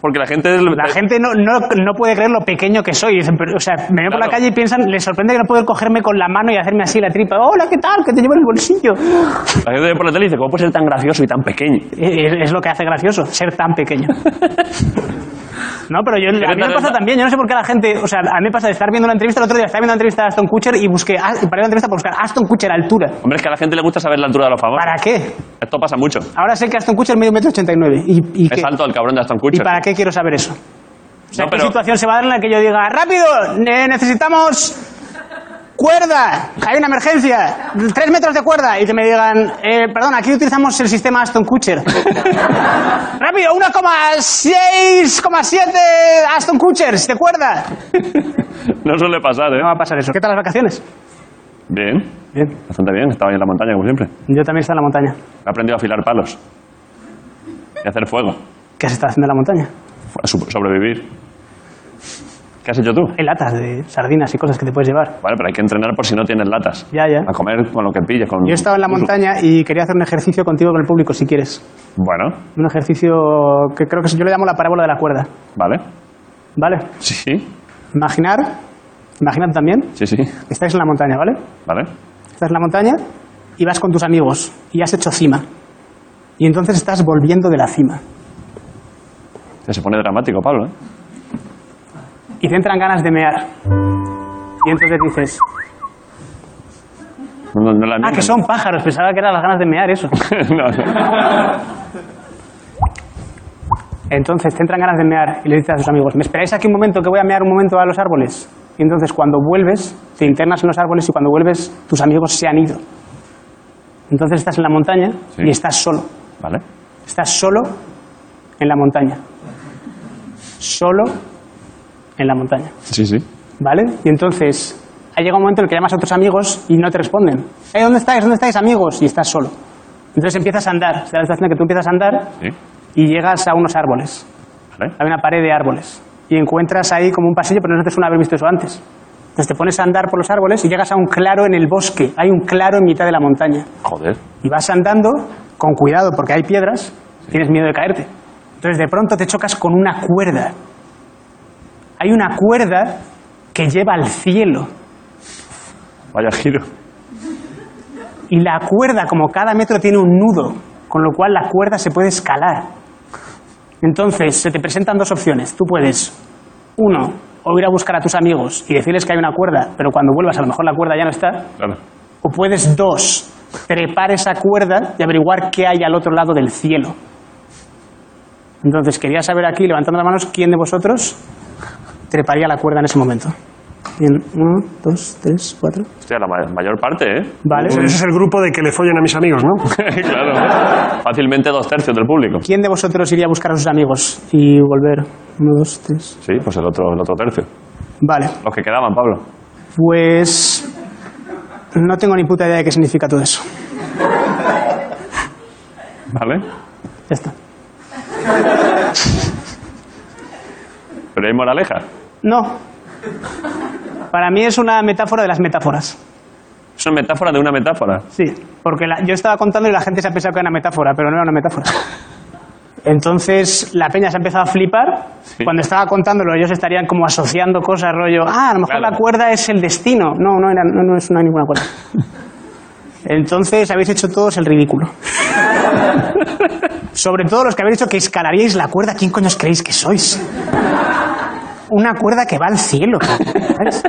Speaker 1: Porque la gente...
Speaker 9: La gente no, no, no puede creer lo pequeño que soy. Dicen, pero, o sea, me ven por
Speaker 1: Claro.
Speaker 9: la calle y piensan, les sorprende que no puedo cogerme con la mano y hacerme así la tripa. Hola, ¿qué tal? Que te llevo en el bolsillo.
Speaker 1: la gente ve por la tele y dice, ¿cómo puede ser tan gracioso y tan pequeño?
Speaker 9: Es, es lo que hace gracioso, ser tan pequeño. No, pero yo, a mí me pasa también, yo no sé por qué la gente, o sea, a mí me pasa de estar viendo una entrevista, el otro día estaba viendo una entrevista de Aston Kutcher y busqué, ah, y paré la entrevista por buscar Aston Kutcher altura.
Speaker 1: Hombre, es que a la gente le gusta saber la altura de los famosos.
Speaker 9: ¿Para qué?
Speaker 1: Esto pasa mucho.
Speaker 9: Ahora sé que Aston Kutcher mide un metro ochenta y nueve. ¿Y, y qué?
Speaker 1: Es alto el cabrón de Aston
Speaker 9: ¿Y
Speaker 1: Kutcher.
Speaker 9: para qué quiero saber eso? O sea,
Speaker 1: No,
Speaker 9: ¿qué
Speaker 1: pero-
Speaker 9: situación se va a dar en la que yo diga, rápido, ne- necesitamos cuerda, hay una emergencia, tres metros de cuerda, y que me digan, eh, perdón, aquí utilizamos el sistema Aston Kutcher. rápido, 1,6,7 Aston Kutchers de cuerda.
Speaker 1: No suele pasar, ¿eh?
Speaker 9: No va a pasar eso. ¿Qué tal las vacaciones?
Speaker 1: Bien,
Speaker 9: Bien,
Speaker 1: bastante bien. Estaba ahí en la montaña, como siempre.
Speaker 9: yo también estoy en la montaña.
Speaker 1: He aprendido a afilar palos y hacer fuego,
Speaker 9: ¿Qué se está haciendo en la montaña?
Speaker 1: a su- sobrevivir. ¿Qué has hecho tú?
Speaker 9: Hay latas de sardinas y cosas que te puedes llevar.
Speaker 1: Vale, pero hay que entrenar por si no tienes latas.
Speaker 9: Ya, ya.
Speaker 1: A comer con lo que pilles. Con...
Speaker 9: Yo he estado en la montaña y quería hacer un ejercicio contigo con el público, si quieres.
Speaker 1: Bueno,
Speaker 9: Un ejercicio que creo que es- yo le llamo la parábola de la cuerda.
Speaker 1: vale.
Speaker 9: ¿Vale?
Speaker 1: Sí, sí,
Speaker 9: Imaginar, imaginad también
Speaker 1: sí, sí.
Speaker 9: que estáis en la montaña, ¿vale?
Speaker 1: Vale.
Speaker 9: Estás en la montaña y vas con tus amigos y has hecho cima. Y entonces estás volviendo de la cima.
Speaker 1: Ya Se pone dramático, Pablo. ¿eh?
Speaker 9: Y te entran ganas de mear. Y entonces dices,
Speaker 1: No, no la
Speaker 9: ah,
Speaker 1: mientas.
Speaker 9: que son pájaros, pensaba que eran las ganas de mear eso.
Speaker 1: no, no.
Speaker 9: Entonces te entran ganas de mear y le dices a tus amigos, ¿me esperáis aquí un momento que voy a mear un momento a los árboles? Y entonces cuando vuelves, te internas en los árboles y cuando vuelves, tus amigos se han ido. Entonces estás en la montaña
Speaker 1: Sí.
Speaker 9: y estás solo.
Speaker 1: Vale.
Speaker 9: Estás solo en la montaña. Solo en la montaña.
Speaker 1: Sí, sí.
Speaker 9: ¿Vale? Y entonces ha llegado un momento en el que llamas a otros amigos y no te responden. "Eh, ¿Dónde estáis? ¿Dónde estáis, amigos? Y estás solo. Entonces empiezas a andar. Te da la sensación de que tú empiezas a andar
Speaker 1: Sí.
Speaker 9: y llegas a unos árboles
Speaker 1: Vale.
Speaker 9: hay una pared de árboles y encuentras ahí como un pasillo, pero no te suena haber visto eso antes. Entonces te pones a andar por los árboles y llegas a un claro en el bosque. Hay un claro en mitad de la montaña.
Speaker 1: Joder.
Speaker 9: Y vas andando con cuidado porque hay piedras, tienes miedo de caerte. Entonces de pronto te chocas con una cuerda. hay una cuerda que lleva al cielo.
Speaker 1: Vaya giro.
Speaker 9: Y la cuerda, como cada metro, tiene un nudo, con lo cual la cuerda se puede escalar. Entonces, se te presentan dos opciones. Tú puedes, uno, o ir a buscar a tus amigos y decirles que hay una cuerda, pero cuando vuelvas a lo mejor la cuerda ya no está.
Speaker 1: Claro.
Speaker 9: O puedes, dos, trepar esa cuerda y averiguar qué hay al otro lado del cielo. Entonces, quería saber aquí, levantando las manos, quién de vosotros treparía la cuerda en ese momento. Bien, uno, dos, tres, cuatro.
Speaker 1: Hostia, la ma- mayor parte, ¿eh?
Speaker 9: Vale.
Speaker 2: Pues Ese es el grupo de que le follen a mis amigos, ¿no?
Speaker 1: claro. Fácilmente dos tercios del público.
Speaker 9: ¿Quién de vosotros iría a buscar a sus amigos y volver? Uno, dos, tres.
Speaker 1: Sí, pues el otro, el otro tercio.
Speaker 9: Vale,
Speaker 1: Los que quedaban, Pablo.
Speaker 9: pues. No tengo ni puta idea de qué significa todo eso.
Speaker 1: ¿Vale?
Speaker 9: Ya está.
Speaker 1: Pero hay moraleja.
Speaker 9: No. Para mí es una metáfora de las metáforas.
Speaker 1: Es una metáfora de una metáfora.
Speaker 9: Sí, porque la- yo estaba contando y la gente se ha pensado que era una metáfora, pero no era una metáfora. Entonces la peña se ha empezado a flipar.
Speaker 1: Sí.
Speaker 9: Cuando estaba contándolo, ellos estarían como asociando cosas, rollo, ah, a lo mejor
Speaker 1: Claro.
Speaker 9: la cuerda es el destino. No, no, era- no, no es no hay ninguna cuerda. Entonces habéis hecho todos el ridículo. Sobre todo los que habéis dicho que escalaríais la cuerda. ¿Quién coño os creéis que sois? Una cuerda que va al cielo. ¿sabes?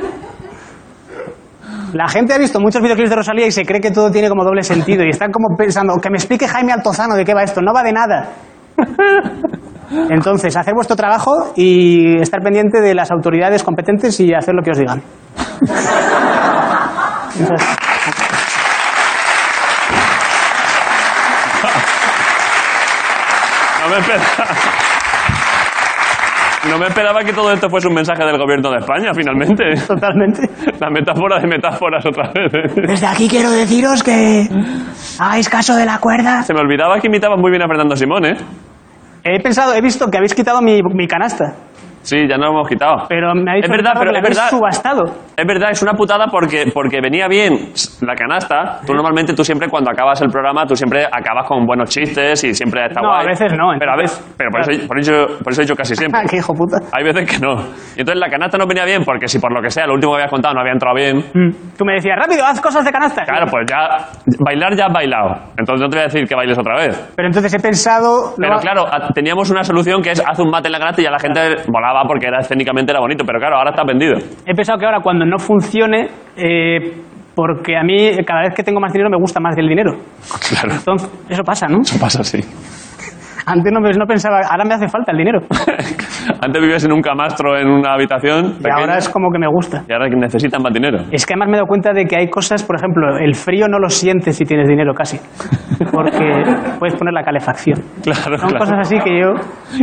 Speaker 9: La gente ha visto muchos videoclips de Rosalía y se cree que todo tiene como doble sentido y están como pensando, que me explique Jaime Altozano de qué va esto, no va de nada. Entonces, hacer vuestro trabajo y estar pendiente de las autoridades competentes y hacer lo que os digan. Entonces,
Speaker 1: No me esperaba. No me esperaba que todo esto fuese un mensaje del gobierno de España, finalmente.
Speaker 9: totalmente.
Speaker 1: La metáfora de metáforas otra vez. ¿eh?
Speaker 9: Desde aquí quiero deciros que hagáis caso de la cuerda.
Speaker 1: Se me olvidaba que imitabas muy bien a Fernando Simón, ¿eh?
Speaker 9: He pensado, he visto que habéis quitado mi, mi canasta,
Speaker 1: Sí, ya nos hemos quitado.
Speaker 9: pero me ha dicho
Speaker 1: Es verdad,
Speaker 9: Ricardo
Speaker 1: pero
Speaker 9: que la
Speaker 1: es
Speaker 9: habéis
Speaker 1: verdad.
Speaker 9: subastado.
Speaker 1: Es verdad, es una putada porque, porque venía bien la canasta. Tú normalmente, tú siempre cuando acabas el programa, tú siempre acabas con buenos chistes y siempre está
Speaker 9: No,
Speaker 1: guay.
Speaker 9: a veces no,
Speaker 1: Pero, a
Speaker 9: entonces-
Speaker 1: veces, pero por, eso, por, eso, por eso he dicho casi siempre.
Speaker 9: Ah, qué hijo puta.
Speaker 1: Hay veces que no. Y entonces la canasta no venía bien porque si por lo que sea, lo último que habías contado no había entrado bien.
Speaker 9: Mm. Tú me decías, rápido, haz cosas de canasta.
Speaker 1: Claro, pues ya. Bailar ya has bailado. Entonces no te voy a decir que bailes otra vez.
Speaker 9: Pero entonces he pensado... lo
Speaker 1: Pero
Speaker 9: va-
Speaker 1: claro, a- teníamos una solución que es haz un mate en la canasta y ya la gente volaba porque era escénicamente era bonito. Pero claro, ahora está vendido.
Speaker 9: He pensado que ahora cuando no funcione, eh, porque a mí eh, cada vez que tengo más dinero me gusta más del dinero.
Speaker 1: Claro.
Speaker 9: Entonces, eso pasa, ¿no?
Speaker 1: Pasa así.
Speaker 9: Antes no, no pensaba, ahora me hace falta el dinero.
Speaker 1: Antes vivías en un camastro, en una habitación.
Speaker 9: Y ahora
Speaker 1: pequeña,
Speaker 9: es como que me gusta.
Speaker 1: y ahora que necesitan más dinero.
Speaker 9: Es que además me he dado cuenta de que hay cosas, por ejemplo, el frío no lo sientes si tienes dinero casi, porque puedes poner la calefacción.
Speaker 1: Claro,
Speaker 9: Son
Speaker 1: claro.
Speaker 9: cosas así que yo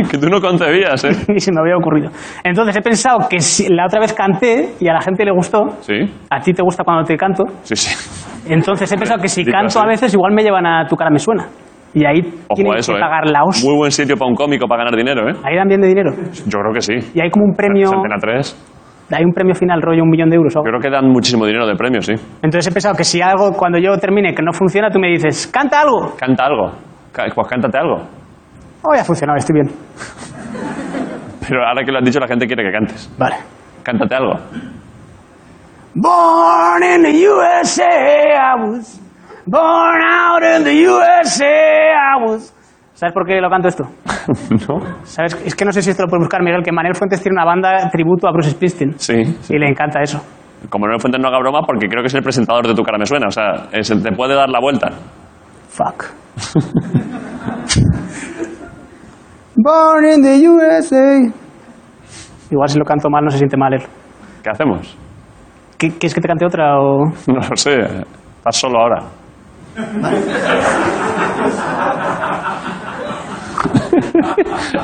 Speaker 1: Que tú no concebías, ¿eh?
Speaker 9: ni se me había ocurrido. Entonces he pensado que si la otra vez canté y a la gente le gustó,
Speaker 1: Sí,
Speaker 9: a ti te gusta cuando te canto,
Speaker 1: sí, sí.
Speaker 9: entonces he pensado que si
Speaker 1: Digo
Speaker 9: canto a
Speaker 1: así.
Speaker 9: veces igual me llevan a tu cara me suena. Y ahí
Speaker 1: Ojo
Speaker 9: tienen
Speaker 1: a eso,
Speaker 9: que
Speaker 1: ¿eh?
Speaker 9: pagar la hostia.
Speaker 1: Muy buen sitio para un cómico para ganar dinero, ¿eh?
Speaker 9: Ahí dan bien de dinero.
Speaker 1: Yo creo que sí.
Speaker 9: Y hay como un premio.
Speaker 1: Antena 3.
Speaker 9: Hay un premio final, rollo un millón de euros. o
Speaker 1: Yo
Speaker 9: algo.
Speaker 1: creo que dan muchísimo dinero de premio, sí.
Speaker 9: Entonces he pensado que si algo, cuando yo termine, que no funciona, tú me dices, canta algo.
Speaker 1: Canta algo. Ca- Pues cántate algo.
Speaker 9: Hoy ha funcionado, estoy bien.
Speaker 1: Pero ahora que lo has dicho, la gente quiere que cantes.
Speaker 9: Vale.
Speaker 1: Cántate algo.
Speaker 9: Born in the USA, I was. Born out in the USA, I was. ¿Sabes por qué lo canto esto?
Speaker 1: ¿No?
Speaker 9: ¿Sabes? Es que no sé si esto lo puedes buscar, Miguel, que Manuel Fuentes tiene una banda tributo a Bruce Springsteen.
Speaker 1: Sí. sí.
Speaker 9: Y le encanta eso.
Speaker 1: Como no Fuentes no haga broma, porque creo que es el presentador de Tu cara me suena. O sea, eh, se te puede dar la vuelta.
Speaker 9: Fuck. Born in the USA. Igual si lo canto mal no se siente mal él.
Speaker 1: ¿Qué hacemos?
Speaker 9: ¿Qué- ¿Quieres que te cante otra o...?
Speaker 1: No lo sé. Estás solo ahora.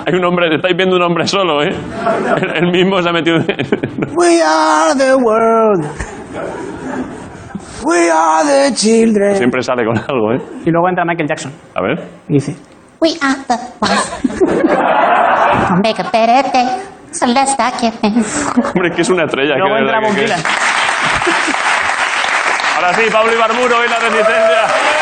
Speaker 1: Hay un hombre, estáis viendo un hombre solo, ¿eh? El, el mismo se ha metido.
Speaker 9: We are the world. We are the children.
Speaker 1: Siempre sale con algo, ¿eh?
Speaker 9: Y luego entra Michael Jackson
Speaker 1: A ver.
Speaker 9: y dice...
Speaker 7: We are the ones. I'll make a better day. So let's start giving.
Speaker 1: Hombre, es que es una estrella. que
Speaker 9: luego
Speaker 1: de
Speaker 9: entra
Speaker 1: verdad
Speaker 9: Bob
Speaker 1: que- que-
Speaker 9: Dylan.
Speaker 1: Ahora sí, Pablo Ibarburo y la resistencia.